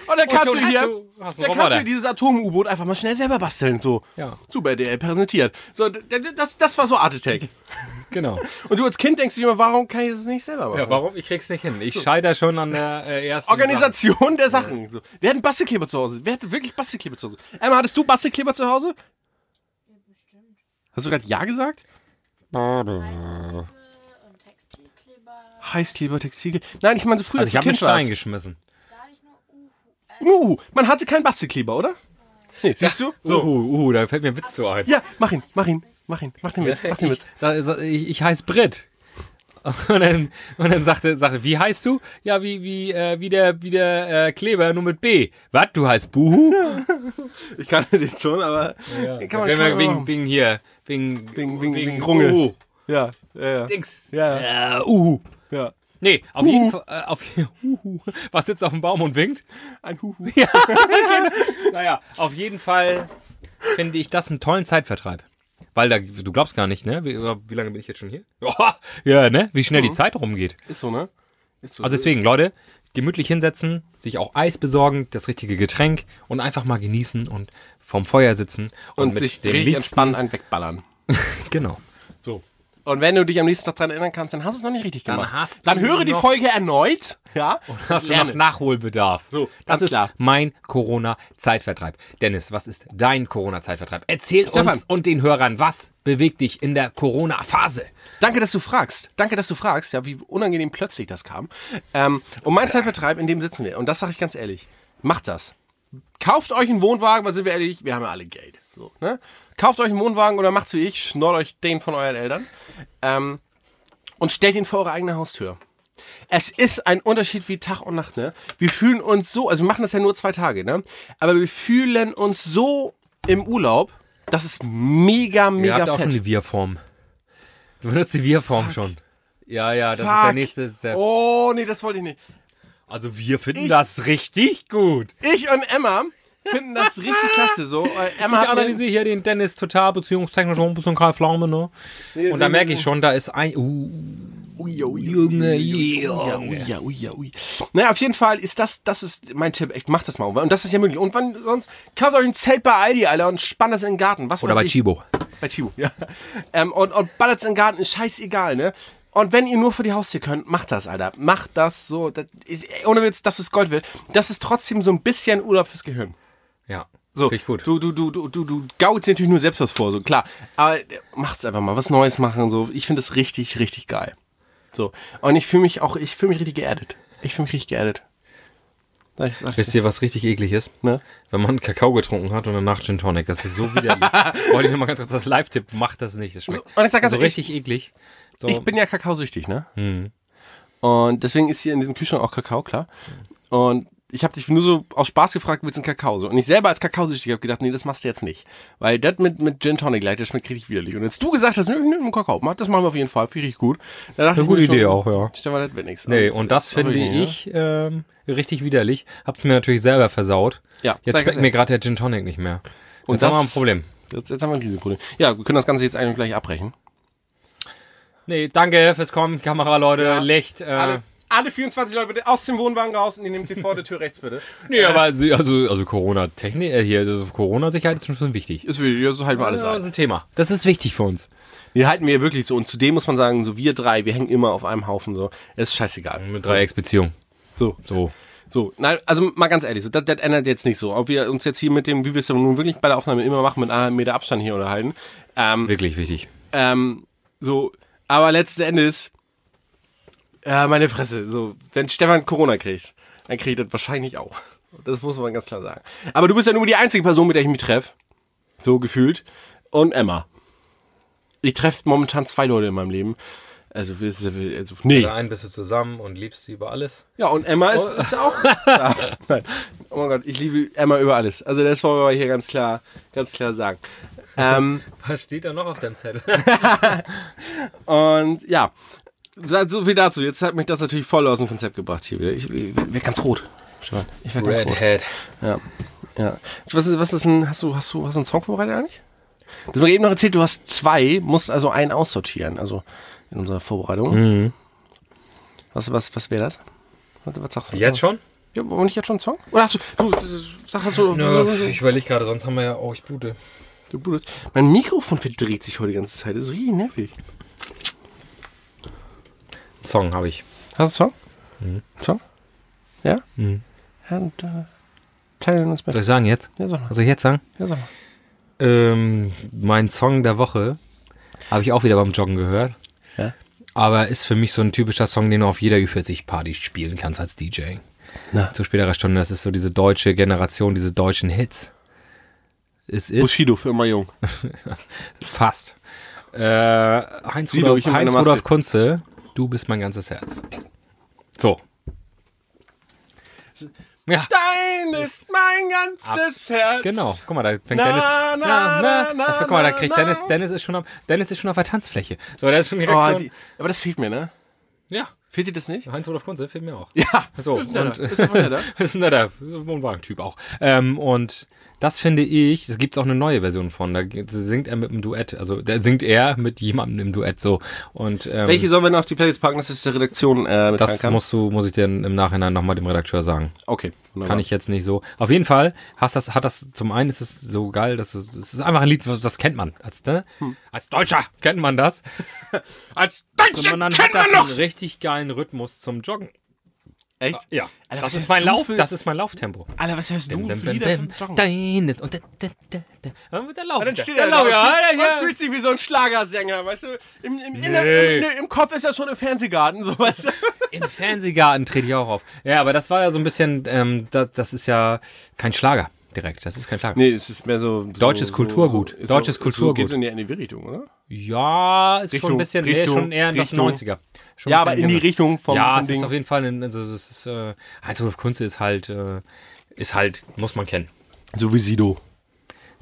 Speaker 3: Und dann kannst
Speaker 4: schon
Speaker 3: du dir,
Speaker 4: Oh, hast du- hast du
Speaker 3: dann kannst
Speaker 4: einen
Speaker 3: du
Speaker 4: Roboter.
Speaker 3: dir dieses Atom-U-Boot einfach mal schnell selber basteln. So.
Speaker 4: Ja.
Speaker 3: Super, der präsentiert. So, d- d- das, das war so Art
Speaker 4: <laughs>
Speaker 3: Attack. <laughs>
Speaker 4: Genau.
Speaker 3: Und du als Kind denkst dir immer, warum kann ich das nicht selber machen?
Speaker 4: Ja, warum? Ich krieg's nicht hin. Ich scheider schon an der äh, ersten.
Speaker 3: Organisation der Sachen. So. Wer hat einen Bastelkleber zu Hause? Wer hat wirklich Bastelkleber zu Hause? Emma, hattest du Bastelkleber zu Hause? Ja, bestimmt. Hast du gerade Ja gesagt?
Speaker 7: und Textilkleber.
Speaker 3: Heißkleber, Textilkleber. Nein, ich meine so früher,
Speaker 4: Also ich
Speaker 3: als
Speaker 4: habe
Speaker 3: du
Speaker 4: einen
Speaker 3: Kind
Speaker 4: Stein
Speaker 3: warst.
Speaker 4: geschmissen.
Speaker 7: Da hatte ich nur Uhu.
Speaker 3: Uh, man hatte keinen Bastelkleber, oder? Nee, siehst du?
Speaker 4: So. Uh, uh, da fällt mir ein Witz zu ein.
Speaker 3: Ja, mach ihn, mach ihn, mach ihn, mach den Witz, mach den
Speaker 4: <laughs> ich,
Speaker 3: Witz.
Speaker 4: sag, sag, ich, ich heiße Britt. Und dann, und dann sagte, sagte, wie heißt du? Ja, wie, wie, äh, wie der, wie der äh, Kleber, nur mit B. Was, du heißt
Speaker 3: <laughs>
Speaker 4: Buhu?
Speaker 3: Ich kannte den schon, aber den kann man,
Speaker 4: Wenn
Speaker 3: kann man
Speaker 4: wir
Speaker 3: machen.
Speaker 4: wegen, wegen hier, wegen,
Speaker 3: Wegen- wegen- wegen Runge.
Speaker 4: Buhu.
Speaker 3: Ja, ja, ja.
Speaker 4: Dings.
Speaker 3: ja. Äh, uhu. Ja.
Speaker 4: Nee, auf jeden Fall, äh, auf, <laughs> Huhu. was sitzt auf dem Baum und winkt?
Speaker 3: Ein Huhu.
Speaker 4: Naja, auf jeden Fall finde ich das einen tollen Zeitvertreib. Weil da, du glaubst gar nicht, ne? Wie, wie lange bin ich jetzt schon hier? <laughs> ja, ne? Wie schnell die
Speaker 3: Mhm.
Speaker 4: Zeit rumgeht.
Speaker 3: Ist so, ne? Ist so.
Speaker 4: Also deswegen, Leute, gemütlich hinsetzen, sich auch Eis besorgen, das richtige Getränk und einfach mal genießen und vorm Feuer sitzen
Speaker 3: und
Speaker 4: mit
Speaker 3: sich
Speaker 4: dem
Speaker 3: richtig
Speaker 4: Liebsten.
Speaker 3: entspannen, einen wegballern.
Speaker 4: Genau. So.
Speaker 3: Und wenn du dich am nächsten Tag daran erinnern kannst, dann hast du es noch nicht richtig
Speaker 4: Dann
Speaker 3: gemacht.
Speaker 4: hast du
Speaker 3: dann höre die
Speaker 4: noch-
Speaker 3: Folge erneut. Ja.
Speaker 4: Hast du noch
Speaker 3: Lerne.
Speaker 4: Nachholbedarf? So, das
Speaker 3: ganz
Speaker 4: ist
Speaker 3: klar.
Speaker 4: mein Corona-Zeitvertreib. Dennis, was ist dein Corona-Zeitvertreib? Erzähl
Speaker 3: Stefan.
Speaker 4: uns und den Hörern, was bewegt dich in der Corona-Phase?
Speaker 3: Danke, dass du fragst. Danke, dass du fragst. Ja, wie unangenehm plötzlich das kam. Ähm, und mein Zeitvertreib, in dem sitzen wir. Und das sage ich ganz ehrlich. Macht das. Kauft euch einen Wohnwagen, weil sind wir ehrlich, wir haben ja alle Geld. So, ne? Kauft euch einen Wohnwagen oder macht's wie ich, schnort euch den von euren Eltern. Ähm, und stellt ihn vor eure eigene Haustür. Es ist ein Unterschied wie Tag und Nacht, ne? Wir fühlen uns so, also wir machen das ja nur zwei Tage, ne? Aber wir fühlen uns so im Urlaub, das ist mega,
Speaker 4: Ihr
Speaker 3: mega
Speaker 4: habt auch
Speaker 3: fett.
Speaker 4: schon die Wir-Form. Du benutzt die Wir-Form schon. Ja, ja, das ist
Speaker 3: Fuck.
Speaker 4: der nächste. Ist der,
Speaker 3: Oh, nee, das wollte ich nicht.
Speaker 4: Also wir finden das richtig gut.
Speaker 3: Ich und Emma finden
Speaker 4: <laughs>
Speaker 3: das richtig klasse. So, Äh, Emma
Speaker 4: Ich
Speaker 3: hat mir-
Speaker 4: analysiere hier den Dennis total beziehungstechnisch rum, bisschen Karl Pflaume, ne? Und da merke ich schon, da ist ein. Uh, Junge, Junge.
Speaker 3: Ui, ja, ui, ja, ui. Naja, auf jeden Fall ist das, das ist mein Tipp. Echt, macht das mal. Und das ist ja möglich. Und wann sonst, kauft euch ein Zelt bei Aldi, Alter, und spannt das in den Garten. Was
Speaker 4: Oder
Speaker 3: weiß
Speaker 4: bei
Speaker 3: ich.
Speaker 4: Chibo.
Speaker 3: Bei Chibo, ja. Ähm, und, und ballert's in den Garten, ist scheißegal, ne? Und wenn ihr nur vor die Haustür könnt, macht das, Alter. Macht das so. Das ist, ey, ohne Witz, dass es Gold wird. Das ist trotzdem so ein bisschen Urlaub fürs Gehirn.
Speaker 4: Ja.
Speaker 3: So,
Speaker 4: Finde ich gut.
Speaker 3: Du, du, du, du, du, du gauzt dir natürlich nur selbst was vor, so klar. Aber äh, macht's einfach mal, was Neues machen. So, ich finde es richtig, richtig geil. So. Und ich fühle mich auch, ich fühle mich richtig geerdet. Ich fühle mich richtig geerdet. Sag ich, sag ich,
Speaker 4: Wisst ihr, was richtig eklig ist?
Speaker 3: ne?
Speaker 4: Wenn man Kakao getrunken hat und danach Gin Tonic. Das ist so widerlich.
Speaker 3: <laughs>
Speaker 4: Wollte ich nochmal ganz kurz das Live-Tipp, macht das nicht. Das schmeckt
Speaker 3: So, und ich sag ganz
Speaker 4: so
Speaker 3: ehrlich,
Speaker 4: richtig eklig. So,
Speaker 3: Ich bin ja kakaosüchtig, ne?
Speaker 4: Hm.
Speaker 3: Und deswegen ist hier in diesem Kühlschrank auch Kakao, klar. Und ich habe dich nur so aus Spaß gefragt, willst du einen Kakao? So. Und ich selber als Kakaosüchtig habe gedacht, nee, das machst du jetzt nicht. Weil das mit, mit Gin Tonic Light, das schmeckt richtig widerlich. Und als du gesagt hast, nö, nö, einen Kakao, mach, das machen wir auf jeden Fall, finde ich gut. Da dachte
Speaker 4: Eine
Speaker 3: ich
Speaker 4: gute
Speaker 3: mir schon,
Speaker 4: Idee auch, ja.
Speaker 3: Stefan, das wird nichts.
Speaker 4: Nee, und das
Speaker 3: ist aber
Speaker 4: finde
Speaker 3: egal, ne?
Speaker 4: ich ähm, richtig widerlich. Hab's mir natürlich selber versaut.
Speaker 3: Ja,
Speaker 4: Jetzt
Speaker 3: sag
Speaker 4: schmeckt
Speaker 3: ich
Speaker 4: mir gerade der Gin Tonic nicht mehr.
Speaker 3: Und
Speaker 4: Und jetzt haben wir
Speaker 3: das-
Speaker 4: ein Problem.
Speaker 3: Jetzt, jetzt haben wir ein Riesenproblem. Ja, wir können das Ganze jetzt eigentlich gleich abbrechen.
Speaker 4: Nee, danke fürs Kommen, Kameraleute, Licht. Äh,
Speaker 3: alle 24 Leute bitte aus dem Wohnwagen raus und in dem TV der Tür rechts bitte.
Speaker 4: nee, aber sie- also, also Corona-Technik, äh, hier, also Corona-Sicherheit ist schon wichtig.
Speaker 3: <laughs> Ist wieder, so halten wir alles
Speaker 4: Das
Speaker 3: ein.
Speaker 4: ist ein Thema. Das ist wichtig für uns.
Speaker 3: Die halten wir wirklich so. Und zudem muss man sagen, so wir drei, wir hängen immer auf einem Haufen. So, es ist scheißegal.
Speaker 4: Mit Dreiecksbeziehung.
Speaker 3: So,
Speaker 4: So.
Speaker 3: so. Nein, also mal ganz ehrlich, so, das, das ändert jetzt nicht so. Ob wir uns jetzt hier mit dem, wie wir es ja nun wirklich bei der Aufnahme immer machen, mit einem Meter Abstand hier unterhalten. Ähm,
Speaker 4: Wirklich wichtig.
Speaker 3: ähm, so, aber letzten Endes, äh, meine Fresse, so, wenn Stefan Corona kriegt, dann kriegt er das wahrscheinlich auch. Das muss man ganz klar sagen. Aber du bist ja nur die einzige Person, mit der ich mich treffe. So gefühlt. Und Emma. Ich treffe momentan zwei Leute in meinem Leben. Also, das ist ja- also nee.
Speaker 4: einen bist du zusammen und liebst sie über alles.
Speaker 3: Ja, und Emma ist, ist auch. Ja, nein. Oh mein Gott, ich liebe Emma über alles. Also, das wollen wir mal hier ganz klar, ganz klar sagen. Ähm,
Speaker 4: Was steht da noch auf deinem Zettel?
Speaker 3: Und ja, so so viel dazu. Jetzt hat mich das natürlich voll aus dem Konzept gebracht hier wieder. Ich, ich werde ganz rot. Stefan, ich werde ganz rot.
Speaker 4: Redhead.
Speaker 3: Ja. ja. Was ist, was ist ein, hast du, hast du, hast du einen Song vorbereitet eigentlich? Du hast mir eben noch erzählt, du hast zwei, musst also einen aussortieren, also in unserer Vorbereitung. Was, was, was wäre das? Was, was sagst du?
Speaker 4: Jetzt schon?
Speaker 3: Ja, wollen wir nicht jetzt schon einen Song? Oder hast du. Du, das ist- sag hast du.
Speaker 4: Nö,
Speaker 3: so-
Speaker 4: ich überlege gerade, sonst haben wir ja auch, ich blute.
Speaker 3: Du blutest. Mein Mikrofon verdreht sich heute die ganze Zeit. Das ist richtig nervig.
Speaker 4: Song habe ich.
Speaker 3: Hast du einen Song?
Speaker 4: Mhm.
Speaker 3: Song? Ja? Ja, und, äh, teilen uns
Speaker 4: Soll
Speaker 3: bei.
Speaker 4: ich sagen jetzt?
Speaker 3: Ja, sag mal.
Speaker 4: Soll ich jetzt sagen?
Speaker 3: Ja, sag mal.
Speaker 4: Ähm, mein Song der Woche habe ich auch wieder beim Joggen gehört.
Speaker 3: Ja?
Speaker 4: Aber ist für mich so ein typischer Song, den du auf jeder Ü40-Party spielen kannst als DJ.
Speaker 3: Na.
Speaker 4: Zu späterer Stunde, das ist so diese deutsche Generation, diese deutschen Hits. Es ist
Speaker 3: Bushido für immer jung.
Speaker 4: fast. Äh, Heinz,
Speaker 3: Sieh doch,
Speaker 4: Rudolf,
Speaker 3: ich und meine
Speaker 4: Heinz
Speaker 3: Maske.
Speaker 4: Rudolf Kunze, du bist mein ganzes Herz. So. Ja,
Speaker 3: Dein ist mein ganzes Herz.
Speaker 4: genau. Guck mal, da fängt
Speaker 3: Na,
Speaker 4: Dennis.
Speaker 3: na, na, na,
Speaker 4: guck mal, da
Speaker 3: na,
Speaker 4: kriegt
Speaker 3: na.
Speaker 4: Dennis, Dennis ist schon auf, Dennis ist schon auf der Tanzfläche. So, da ist schon direkt
Speaker 3: Oh,
Speaker 4: schon,
Speaker 3: die, aber das fehlt mir, ne?
Speaker 4: <laughs> Ja,
Speaker 3: Fehlt dir das nicht?
Speaker 4: Heinz-Rudolf Kunze fehlt mir auch.
Speaker 3: Ja.
Speaker 4: So,
Speaker 3: Ist ein netter,
Speaker 4: und- <laughs>
Speaker 3: ist ein netter.
Speaker 4: ist ein netter Wohnwagentyp auch. Ähm, und das finde ich, es gibt auch eine neue Version von. Da g- singt er mit einem Duett, also da singt er mit jemandem im Duett so. Und ähm,
Speaker 3: Welche sollen wir noch auf die Playlist packen, dass es der Redaktion äh, mit
Speaker 4: das
Speaker 3: kann?
Speaker 4: musst du, muss ich dir im Nachhinein nochmal dem Redakteur sagen.
Speaker 3: Okay, wunderbar.
Speaker 4: Kann ich jetzt nicht so. Auf jeden Fall hast das, hat das zum einen ist es so geil, dass es, es ist einfach ein Lied, was- das kennt man. Als, ne? als Deutscher kennt man das.
Speaker 3: Hm. <laughs> Als Deutsche
Speaker 4: Und dann hat
Speaker 3: kennt
Speaker 4: das
Speaker 3: man
Speaker 4: einen
Speaker 3: noch!
Speaker 4: richtig geilen Rhythmus zum Joggen.
Speaker 3: Echt?
Speaker 4: Ja.
Speaker 3: Alter, was
Speaker 4: das ist
Speaker 3: hast
Speaker 4: mein
Speaker 3: du
Speaker 4: Lauf,
Speaker 3: für-
Speaker 4: das ist mein Lauftempo.
Speaker 3: Alter, was hörst du
Speaker 4: Dum,
Speaker 3: für
Speaker 4: dum,
Speaker 3: Lieder
Speaker 4: dum,
Speaker 3: vom Joggen?
Speaker 4: dein- und da- da- da- da. Dann wird der Lauf.
Speaker 3: Ja, dann
Speaker 4: wieder.
Speaker 3: steht
Speaker 4: Der
Speaker 3: er da
Speaker 4: Lauf,
Speaker 3: und
Speaker 4: ja,
Speaker 3: fühlt-
Speaker 4: ja,
Speaker 3: man
Speaker 4: ja.
Speaker 3: fühlt sich wie so ein Schlagersänger, weißt du? Im, im, in-
Speaker 4: Nee.
Speaker 3: im, Im Kopf ist das schon im Fernsehgarten, so weißt du?
Speaker 4: Im Fernsehgarten trete ich auch auf. Ja, aber das war ja so ein bisschen, ähm, das, das ist ja kein Schlager direkt. Das ist kein Schlager.
Speaker 3: Nee, es ist mehr so.
Speaker 4: Deutsches so- Kulturgut. so- ist so- Deutsches ist so- Kulturgut.
Speaker 3: Geht
Speaker 4: geht's
Speaker 3: in die, in die Richtung, oder?
Speaker 4: Ja, ist schon
Speaker 3: Richtung,
Speaker 4: ein bisschen, nee,
Speaker 3: Richtung,
Speaker 4: schon eher in das
Speaker 3: Richtung.
Speaker 4: 90er. Schon
Speaker 3: Ja,
Speaker 4: ein bisschen
Speaker 3: aber in die
Speaker 4: jünger.
Speaker 3: Richtung vom,
Speaker 4: Ja,
Speaker 3: vom
Speaker 4: es ist auf jeden Fall, ein, also es ist, äh, Heinz-Rudolf Kunze ist halt, äh, ist halt, muss man kennen.
Speaker 3: So wie Sido.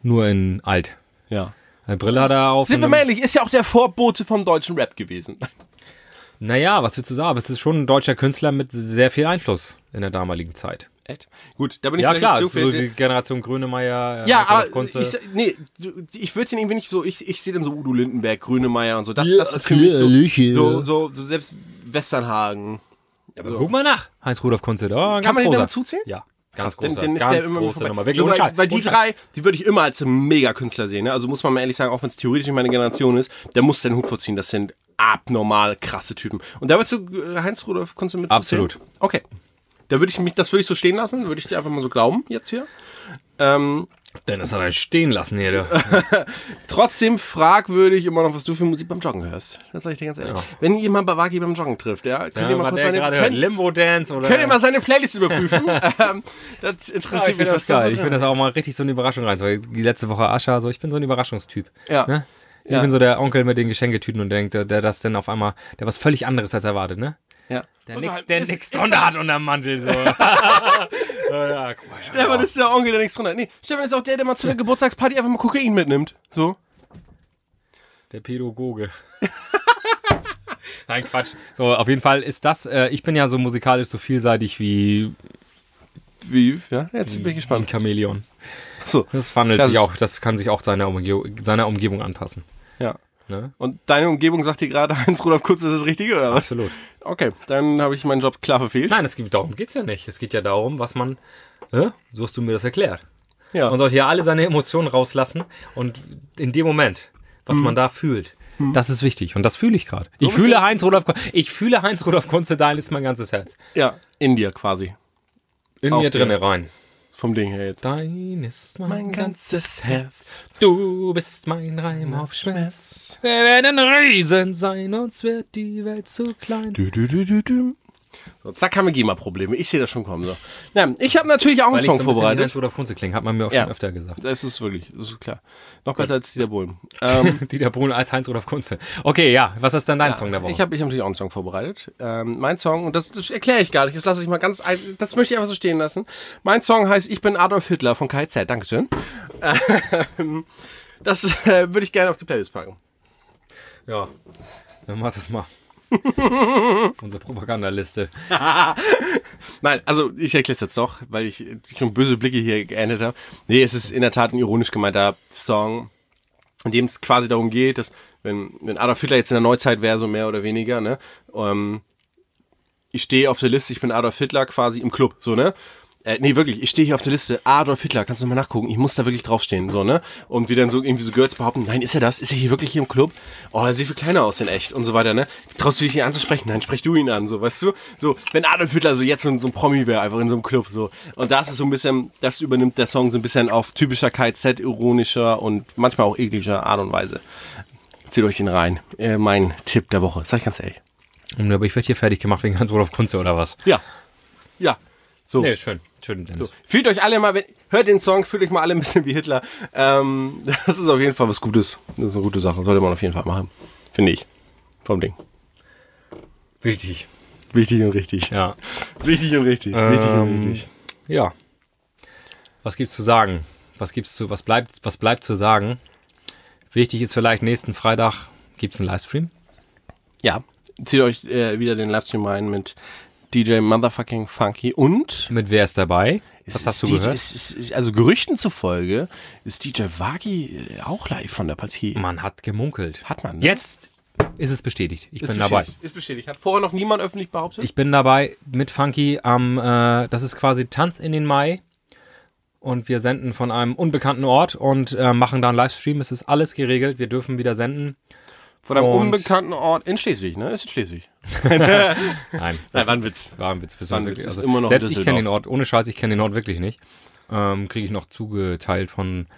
Speaker 4: Nur in alt.
Speaker 3: Ja.
Speaker 4: Eine Brille hat er auf.
Speaker 3: Sind wir
Speaker 4: einem-
Speaker 3: mal ehrlich, ist ja auch der Vorbote vom deutschen Rap gewesen. <laughs>
Speaker 4: Naja, was willst du sagen? Aber es ist schon ein deutscher Künstler mit sehr viel Einfluss in der damaligen Zeit.
Speaker 3: Echt? Gut, da bin ich
Speaker 4: Ja,
Speaker 3: vielleicht
Speaker 4: klar,
Speaker 3: nicht
Speaker 4: es ist so
Speaker 3: viel-
Speaker 4: die Generation Grönemeyer, äh,
Speaker 3: Ja,
Speaker 4: Heinz-Rudolf
Speaker 3: aber
Speaker 4: Kunze.
Speaker 3: ich, sa- nee, du- ich würde den irgendwie nicht so, ich, ich sehe dann so Udo Lindenberg, Grönemeyer und so. Das, das ist für mich so, so, so, so selbst Westernhagen.
Speaker 4: aber guck mal nach, Heinz-Rudolf Kunze, da, ein
Speaker 3: Kann
Speaker 4: ganz
Speaker 3: man den
Speaker 4: großer.
Speaker 3: damit zuzählen?
Speaker 4: Ja, ganz
Speaker 3: Dann-
Speaker 4: großer,
Speaker 3: dann ist der
Speaker 4: ganz
Speaker 3: immer
Speaker 4: große
Speaker 3: vorbei.
Speaker 4: Nummer. Wirklich,
Speaker 3: so,
Speaker 4: ohne
Speaker 3: weil,
Speaker 4: Scheiß,
Speaker 3: weil die
Speaker 4: ohne Scheiß.
Speaker 3: drei, die würde ich immer als Megakünstler sehen. Ne? Also muss man mal ehrlich sagen, auch wenn es theoretisch nicht meine Generation ist, der muss den Hut vorziehen. Das sind abnormal krasse Typen. Und da würdest du äh, Heinz Rudolf Kunze mit
Speaker 4: Absolut.
Speaker 3: zuzählen? Okay. Da würde ich mich, das würde ich so stehen lassen, würde ich dir einfach mal so glauben jetzt hier. Ähm,
Speaker 4: Dennis hat einen stehen lassen hier, du.
Speaker 3: Trotzdem fragwürdig immer noch, was du für Musik beim Joggen hörst. Das sage ich dir ganz ehrlich. Wenn ihr jemanden bei Wagi beim Joggen trifft, ja, könnt
Speaker 4: ja,
Speaker 3: ihr mal
Speaker 4: was
Speaker 3: kurz
Speaker 4: der
Speaker 3: seine,
Speaker 4: gerade hört,
Speaker 3: könnt,
Speaker 4: Limbo-Dance oder...
Speaker 3: könnt ihr mal seine Playlist
Speaker 4: <laughs>
Speaker 3: überprüfen. Ähm, das
Speaker 4: ja, Ah, ich
Speaker 3: interessiert mich
Speaker 4: finde das
Speaker 3: was ganz
Speaker 4: geil. Ich
Speaker 3: anderes.
Speaker 4: finde das auch mal richtig so eine Überraschung rein. So, die letzte Woche Ascha, so, ich bin so ein Überraschungstyp.
Speaker 3: Ja.
Speaker 4: Ne? Ich
Speaker 3: Ja.
Speaker 4: bin so der Onkel mit den Geschenketüten und denkt, der, der das dann auf einmal, der was völlig anderes als erwartet, ne?
Speaker 3: Ja.
Speaker 4: Der
Speaker 3: Und so
Speaker 4: nix,
Speaker 3: halt-
Speaker 4: der
Speaker 3: ist-
Speaker 4: nix
Speaker 3: ist-
Speaker 4: drunter hat unterm
Speaker 3: <laughs>
Speaker 4: Mantel, so. ja, guck mal,
Speaker 3: Stefan ist der Onkel, der nichts drunter hat. Nee, Stefan ist auch der, der mal zu der Geburtstagsparty einfach mal Kokain mitnimmt. So. <laughs>
Speaker 4: Der Pädagoge. Nein, Quatsch. So, auf jeden Fall ist das, äh, ich bin ja so musikalisch so vielseitig wie
Speaker 3: Wie? Ja, jetzt bin ich
Speaker 4: ein
Speaker 3: gespannt.
Speaker 4: Chamäleon.
Speaker 3: So.
Speaker 4: Das wandelt
Speaker 3: Klasse.
Speaker 4: sich auch, das kann sich auch seiner, Umge seiner Umgebung anpassen.
Speaker 3: Ja.
Speaker 4: Ne?
Speaker 3: Und deine Umgebung sagt dir gerade, <laughs> Heinz-Rudolf Kurz ist das Richtige, oder was?
Speaker 4: Absolut.
Speaker 3: Okay, dann habe ich meinen Job klar verfehlt.
Speaker 4: Nein, es geht, darum geht's ja nicht. Es geht ja darum, was man, äh, so hast du mir das erklärt.
Speaker 3: Ja.
Speaker 4: Man sollte ja alle seine Emotionen rauslassen und in dem Moment, was
Speaker 3: Hm.
Speaker 4: man da fühlt, das ist wichtig. Und das fühle ich gerade. Ich fühle Heinz-Rudolf Kunze. Ich fühle Heinz-Rudolf Kunze, da ist mein ganzes Herz.
Speaker 3: Ja, in dir quasi.
Speaker 4: In
Speaker 3: Auf
Speaker 4: mir
Speaker 3: der-
Speaker 4: drinne rein.
Speaker 3: Vom Ding her jetzt.
Speaker 4: Dein ist mein, ganzes
Speaker 3: ganzes Herz.
Speaker 4: Du bist mein Reim auf Schmerz. Wir werden Riesen sein, uns wird die Welt zu klein.
Speaker 3: Du, du, du, du, du. So, zack, haben wir GEMA-Probleme. Ich sehe das schon kommen. So. Na, ich habe natürlich auch einen
Speaker 4: Weil ich so
Speaker 3: Song
Speaker 4: ein bisschen wie
Speaker 3: vorbereitet.
Speaker 4: Heinz Rudolf Kunze klingt, hat man mir auch
Speaker 3: Ja.
Speaker 4: schon öfter gesagt.
Speaker 3: Das ist wirklich, das ist klar. Noch besser als Dieter Bohlen.
Speaker 4: <laughs>
Speaker 3: Ähm,
Speaker 4: Dieter Bohlen als Heinz Rudolf Kunze. Okay, ja, was ist denn dein Song der Woche?
Speaker 3: ich habe ich hab natürlich auch einen Song vorbereitet. Ähm, mein Song, und das, das erkläre ich gar nicht, das lasse ich mal ganz, ein- das möchte ich einfach so stehen lassen. Mein Song heißt Ich bin Adolf Hitler von KZ. Dankeschön. Ähm, das äh, würde ich gerne auf die Playlist packen.
Speaker 4: ja, dann mach das mal. <laughs> Unsere Propagandaliste.
Speaker 3: Nein, also ich erkläre es jetzt doch, weil ich schon böse Blicke hier geendet habe. Nee, es ist in der Tat ein ironisch gemeinter Song, in dem es quasi darum geht, dass wenn, wenn Adolf Hitler jetzt in der Neuzeit wäre, so mehr oder weniger, ne, ähm, ich stehe auf der Liste, ich bin Adolf Hitler quasi im Club, so, ne? Äh, nee, wirklich, ich stehe hier auf der Liste, Adolf Hitler, kannst du mal nachgucken, ich muss da wirklich draufstehen, so, ne? Und wie dann so irgendwie so Girls behaupten, nein, ist er das? Ist er hier wirklich hier im Club? Oh, er sieht viel kleiner aus in echt und so weiter, ne? Traust du dich ihn anzusprechen? Nein, sprich du ihn an, so, weißt du? So, wenn Adolf Hitler so jetzt so, ein- so ein Promi wäre, einfach in so einem Club, so. Und das ist so ein bisschen, das übernimmt der Song so ein bisschen auf typischer KZ, ironischer und manchmal auch ekliger Art und Weise. Zieht euch den rein. Äh, mein Tipp der Woche, sag ich ganz ehrlich.
Speaker 4: Und aber ich werde hier fertig gemacht wegen Hans-Rudolf Kunze oder was?
Speaker 3: Ja. Ja. So.
Speaker 4: Nee, schön. Schön, Dennis.
Speaker 3: Fühlt euch alle mal, wenn- hört den Song, fühlt euch mal alle ein bisschen wie Hitler. Ähm, <laughs> das ist auf jeden Fall was Gutes. Das ist eine gute Sache. Sollte man auf jeden Fall machen. Finde ich. Vom Ding.
Speaker 4: Wichtig.
Speaker 3: Wichtig und richtig.
Speaker 4: Ja. Ähm.
Speaker 3: Wichtig und richtig. Wichtig und richtig.
Speaker 4: Ja. Was gibt's zu sagen? Was gibt's zu, was bleibt, was bleibt zu sagen? Wichtig ist vielleicht, nächsten Freitag gibt's einen Livestream.
Speaker 3: Ja. Zieht euch äh, wieder den Livestream rein mit DJ Motherfucking Funky und.
Speaker 4: Mit wer ist dabei?
Speaker 3: Es
Speaker 4: Was hast
Speaker 3: ist
Speaker 4: du
Speaker 3: DJ
Speaker 4: gehört?
Speaker 3: es ist- es ist- also Gerüchten zufolge ist DJ Wagi äh, auch live von der Partie.
Speaker 4: Man hat gemunkelt.
Speaker 3: Hat man. ne?
Speaker 4: Jetzt ist es bestätigt. Ich
Speaker 3: Ist
Speaker 4: bin dabei.
Speaker 3: bestätigt. Ist bestätigt. Hat vorher noch niemand öffentlich behauptet?
Speaker 4: Ich bin dabei mit Funky am, äh, das ist quasi Tanz in den Mai. Und wir senden von einem unbekannten Ort und äh, machen da einen Livestream. Es ist alles geregelt. Wir dürfen wieder senden.
Speaker 3: Von einem
Speaker 4: Und-
Speaker 3: unbekannten Ort in Schleswig, ne? Ist in Schleswig.
Speaker 4: Nein,
Speaker 3: Nein, war ein Witz.
Speaker 4: war ein Witz. Bis
Speaker 3: War ein
Speaker 4: wirklich,
Speaker 3: Witz, ist
Speaker 4: also,
Speaker 3: immer noch
Speaker 4: selbst ich kenne den
Speaker 3: Düsseldorf.
Speaker 4: Ort. Ohne Scheiß, ich kenne den Ort wirklich nicht. Ähm, Kriege ich noch zugeteilt von.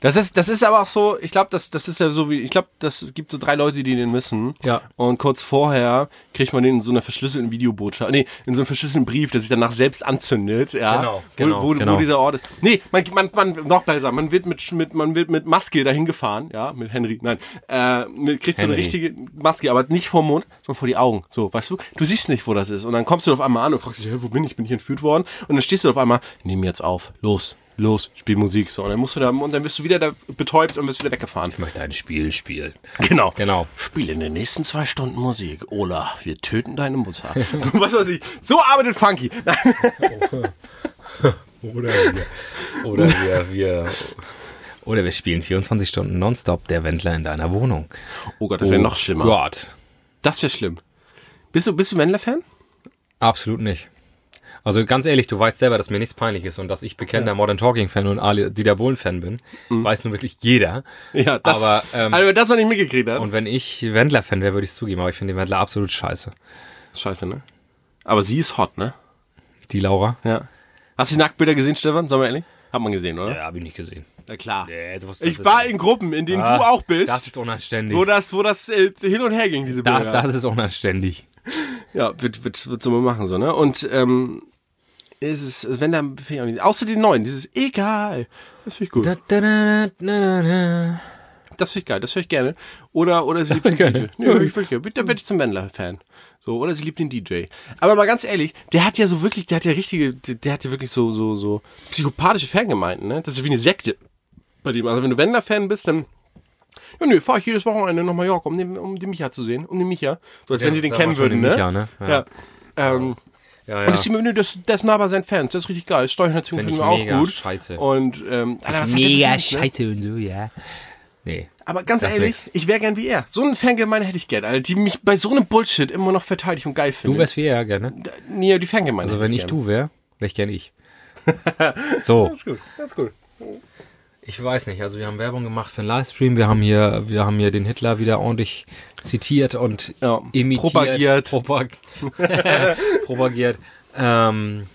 Speaker 3: Das ist, das ist aber auch so, ich glaube, das, das ist ja so wie, ich glaube, das es gibt so drei Leute, die den wissen.
Speaker 4: Ja.
Speaker 3: Und kurz vorher kriegt man den in so einer verschlüsselten Videobotschaft, nee, in so einem verschlüsselten Brief, der sich danach selbst anzündet, ja.
Speaker 4: Genau,
Speaker 3: Wo-
Speaker 4: genau,
Speaker 3: wo, wo,
Speaker 4: genau.
Speaker 3: dieser Ort ist. Nee, man, man, man, noch besser, man wird mit, Sch- mit, man wird mit Maske dahin gefahren, ja, mit Henry, nein, äh, mit, kriegst so eine
Speaker 4: Henry.
Speaker 3: richtige Maske, aber nicht vor den Mund, sondern vor die Augen, so, weißt du? Du siehst nicht, wo das ist. Und dann kommst du auf einmal an und fragst dich, hä, wo bin ich? Bin ich entführt worden? Und dann stehst du auf einmal, nimm jetzt auf, los. Los, spiel Musik. So, und dann musst du da, und dann wirst du wieder da betäubt und wirst wieder weggefahren.
Speaker 4: Ich möchte ein Spiel spielen.
Speaker 3: <laughs> Genau.
Speaker 4: Genau.
Speaker 3: Spiel in den nächsten zwei Stunden Musik. Ola, wir töten deine Mutter. <laughs> so, was weiß ich. So arbeitet Funky.
Speaker 4: Oder
Speaker 3: <laughs>
Speaker 4: wir. Oder <laughs> wir, wir. Oder wir spielen 24 Stunden nonstop der Wendler in deiner Wohnung.
Speaker 3: Oh Gott, das wäre noch schlimmer.
Speaker 4: Gott.
Speaker 3: Das wäre schlimm. Bist du, bist du Wendler-Fan?
Speaker 4: Absolut nicht. Also ganz ehrlich, du weißt selber, dass mir nichts peinlich ist und dass ich bekennender Modern Talking Fan und Ali Dieter Bohlen Fan bin, weiß nun wirklich jeder. aber ähm,
Speaker 3: also, wer das noch nicht mitgekriegt hat.
Speaker 4: und wenn ich Wendler Fan wäre, würde ich es zugeben, aber ich finde den Wendler absolut scheiße.
Speaker 3: Scheiße, ne? Aber sie ist hot, ne?
Speaker 4: Die Laura?
Speaker 3: Ja. Hast du die Nacktbilder gesehen, Stefan? Sagen wir ehrlich? Hat man gesehen, oder?
Speaker 4: Ja, habe ich nicht gesehen.
Speaker 3: Na klar.
Speaker 4: Nee, sowas- das
Speaker 3: ich
Speaker 4: ist-
Speaker 3: war in Gruppen, in denen
Speaker 4: Ah,
Speaker 3: du auch bist.
Speaker 4: Das ist unanständig.
Speaker 3: wo das, wo das äh, hin und her ging, diese
Speaker 4: da,
Speaker 3: Bilder.
Speaker 4: das ist unanständig.
Speaker 3: Ja, wird, wird, wird so mal machen, so, ne? Und, ähm, ist es, wenn dann, finde ich auch nicht. Außer den neuen, dieses egal. Das finde ich gut.
Speaker 4: Da, da, da, da, da, da.
Speaker 3: Das finde ich geil, das höre ich gerne. Oder, oder sie liebt den DJ. Nee, hör ich wirklich. Da werde ich zum Wendler-Fan. So, oder sie liebt den DJ. Aber mal ganz ehrlich, der hat ja so wirklich, der hat ja richtige, der, der hat ja wirklich so, so, so psychopathische Fangemeinden, ne? Das ist wie eine Sekte bei dem. Also wenn du Wendler-Fan bist, dann, ja, nö, fahre ich jedes Wochenende nach Mallorca, um den, um den Micha zu sehen, um den Micha. So, als
Speaker 4: Ja,
Speaker 3: wenn sie den
Speaker 4: sag mal
Speaker 3: kennen
Speaker 4: schon
Speaker 3: würden,
Speaker 4: den
Speaker 3: ne?
Speaker 4: Micha, ne? Ja.
Speaker 3: Ja. Ähm,
Speaker 4: Ja,
Speaker 3: Und ich sehe mir, nö, das, das ist nah bei seinen Fans, das ist richtig geil. Steuernation
Speaker 4: Find
Speaker 3: finden wir
Speaker 4: ich
Speaker 3: auch
Speaker 4: mega
Speaker 3: gut.
Speaker 4: scheiße.
Speaker 3: Und, ähm, Alter, was hat der für
Speaker 4: Mega
Speaker 3: Fans, ne?
Speaker 4: scheiße und so, ja. Nee.
Speaker 3: Aber ganz
Speaker 4: Das ist
Speaker 3: ehrlich,
Speaker 4: nix.
Speaker 3: ich wäre gern wie er. So einen Fangemeinde hätte ich gern, Alter, die mich bei so einem Bullshit immer noch verteidigt und geil findet.
Speaker 4: Du wärst wie er gerne.
Speaker 3: nee, ja, die Fangemeinde.
Speaker 4: Also wenn ich
Speaker 3: hätte
Speaker 4: du wäre, wäre ich gerne <laughs> ich. So.
Speaker 3: gern. Das ist gut.
Speaker 4: Ich weiß nicht, also wir haben Werbung gemacht für einen Livestream, wir haben hier, wir haben hier den Hitler wieder ordentlich zitiert und
Speaker 3: Ja,
Speaker 4: imitiert.
Speaker 3: propagiert.
Speaker 4: Propag <laughs> propagiert. Ähm,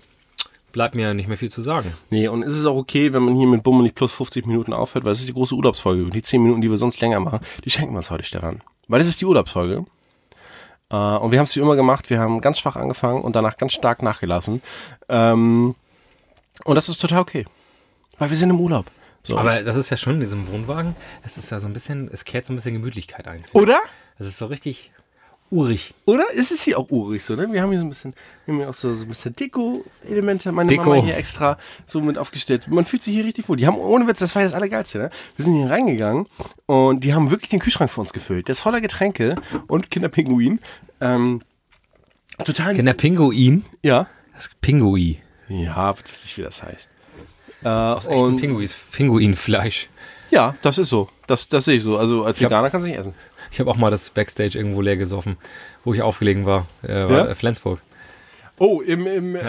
Speaker 4: bleibt mir nicht mehr viel zu sagen.
Speaker 3: Nee, und ist es auch okay, wenn man hier mit Bumm und nicht plus 50 Minuten aufhört, weil das ist die große Urlaubsfolge. Und die 10 Minuten, die wir sonst länger machen, die schenken wir uns heute, Stefan. Weil das ist die Urlaubsfolge. Äh, und wir haben es wie immer gemacht. Wir haben ganz schwach angefangen und danach ganz stark nachgelassen. Ähm, und das ist total okay. Weil wir sind im Urlaub. So.
Speaker 4: Aber das ist ja schon in diesem Wohnwagen, es ist ja so ein bisschen, es kehrt so ein bisschen Gemütlichkeit ein.
Speaker 3: Oder?
Speaker 4: Es ist so richtig urig.
Speaker 3: Oder ist es hier auch urig so, ne? Wir haben hier so ein bisschen, wir haben hier auch so, so ein bisschen Deko-Elemente. Meine
Speaker 4: Deko.
Speaker 3: Mama hier extra so mit aufgestellt. Man fühlt sich hier richtig wohl. Die haben, ohne Witz, das war das Allergeilste, ne? Wir sind hier reingegangen und die haben wirklich den Kühlschrank für uns gefüllt. Der ist voller Getränke und Kinderpinguin. Ähm, total,
Speaker 4: Kennt der Pinguin?
Speaker 3: ja.
Speaker 4: Das Pinguin.
Speaker 3: Ja, was weiß ich, wie das heißt. Äh,
Speaker 4: Aus echtem
Speaker 3: und-
Speaker 4: Pinguis, Pinguinfleisch.
Speaker 3: Ja, das ist so. Das, das sehe ich so. Also als
Speaker 4: hab-
Speaker 3: Veganer kannst du nicht essen.
Speaker 4: Ich habe auch mal das Backstage irgendwo leer gesoffen, wo ich aufgelegen war, äh, war
Speaker 3: Ja?
Speaker 4: äh, Flensburg.
Speaker 3: Oh, im, im, äh,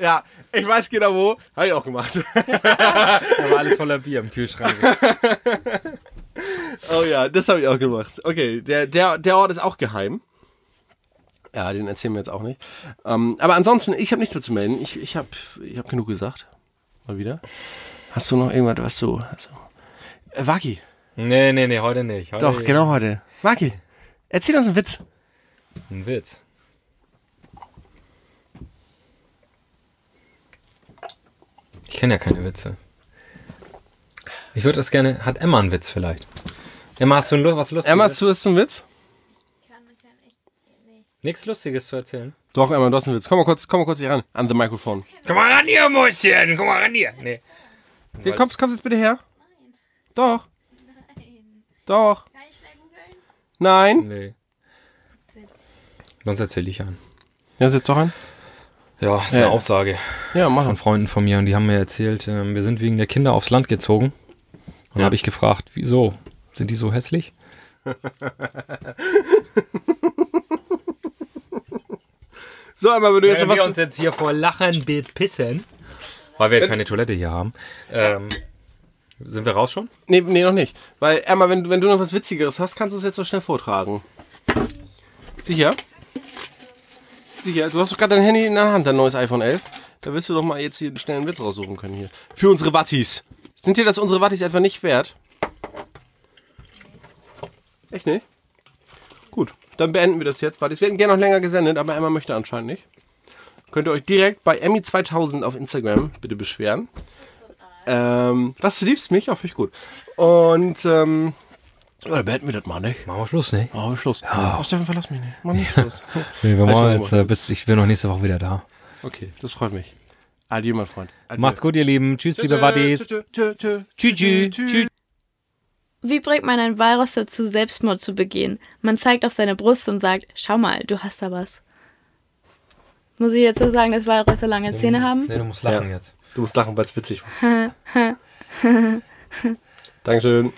Speaker 3: ja, ich weiß genau wo. Habe ich auch gemacht.
Speaker 4: Da war alles voller Bier im Kühlschrank.
Speaker 3: Oh ja, das habe ich auch gemacht. Okay, der, der, der Ort ist auch geheim. Ja, den erzählen wir jetzt auch nicht. Ähm, aber ansonsten, ich habe nichts mehr zu melden. Ich, ich habe ich hab genug gesagt. Mal wieder. Hast du noch irgendwas, was du... Also, äh, Waki,
Speaker 4: Nee, nee, nee, heute nicht. Heute
Speaker 3: doch, genau heute. Waki, erzähl uns einen Witz.
Speaker 4: Ein Witz. Ich kenne ja keine Witze. Ich würde das gerne. Hat Emma einen Witz vielleicht? Emma, hast du Lu- was Lustiges?
Speaker 3: Emma, hast du hast du einen Witz?
Speaker 7: Kann, kann ich. Nee.
Speaker 4: Nichts Lustiges zu erzählen.
Speaker 3: Doch, Emma, du hast einen Witz. Komm mal kurz, komm mal kurz hier ran, an the Mikrofon.
Speaker 4: Komm mal ran hier, Mäuschen! Komm mal ran hier! Nee.
Speaker 3: Hier, kommst, kommst jetzt bitte her. Doch,
Speaker 7: Nein.
Speaker 3: doch.
Speaker 7: Kann ich schnell googeln?
Speaker 3: Nein.
Speaker 4: Nee. Sonst erzähle ich einen.
Speaker 3: Ja, sitzt doch ein.
Speaker 4: Ja, ist eine
Speaker 3: Ja.
Speaker 4: Aussage.
Speaker 3: Ja, mach
Speaker 4: von Freunden von mir und die haben mir erzählt, ähm, wir sind wegen der Kinder aufs Land gezogen. Und habe ich gefragt, wieso? Sind die so hässlich?
Speaker 3: So, Emma, wenn du jetzt
Speaker 4: Wenn
Speaker 3: was...
Speaker 4: wir uns jetzt hier vor Lachen bepissen, weil wir ja keine Toilette hier haben, ähm, sind wir raus schon?
Speaker 3: Nee, nee, noch nicht. Weil, Emma, wenn, du- wenn du noch was Witzigeres hast, kannst du es jetzt so schnell vortragen. Sicher? Sicher? Du hast doch gerade dein Handy in der Hand, dein neues iPhone 11. Da wirst du doch mal jetzt hier einen schnellen Witz raussuchen können hier. Für unsere Wattis. Sind dir das unsere Wattis etwa nicht wert? Echt nicht? Gut, dann beenden wir das jetzt. Wattis, wir hätten gerne noch länger gesendet, aber Emma möchte anscheinend nicht. Könnt ihr euch direkt bei Emmy2000 auf Instagram bitte beschweren. Ähm, was du liebst mich, auch finde ich gut. Und ähm, ja, dann beenden wir das mal, nicht?
Speaker 4: Machen wir Schluss, ne?
Speaker 3: Machen wir Schluss. Oh, Steffen, verlass mich nicht. Mach nicht Schluss. <laughs>
Speaker 4: Nee, wir
Speaker 3: Halt
Speaker 4: machen
Speaker 3: schon
Speaker 4: jetzt, äh, bis, ich bin noch nächste Woche wieder da.
Speaker 3: Okay, das freut mich. Adieu, mein Freund. Adieu.
Speaker 4: Macht's gut, ihr Lieben. Tschüss, liebe Buddies.
Speaker 3: Tschö, tschö, tschö, tschö,
Speaker 4: Tschüss, tschüss.
Speaker 3: tschö.
Speaker 4: Tschüss.
Speaker 8: Wie bringt man ein Walross dazu, Selbstmord zu begehen? Man zeigt auf seine Brust und sagt, schau mal, du hast da was. Muss ich jetzt so sagen, dass Walrösser lange Zähne haben?
Speaker 4: Nee, du musst
Speaker 3: lachen
Speaker 4: lachen jetzt.
Speaker 3: <laughs>
Speaker 4: <laughs>
Speaker 3: Du musst lachen, weil es witzig war. Dankeschön.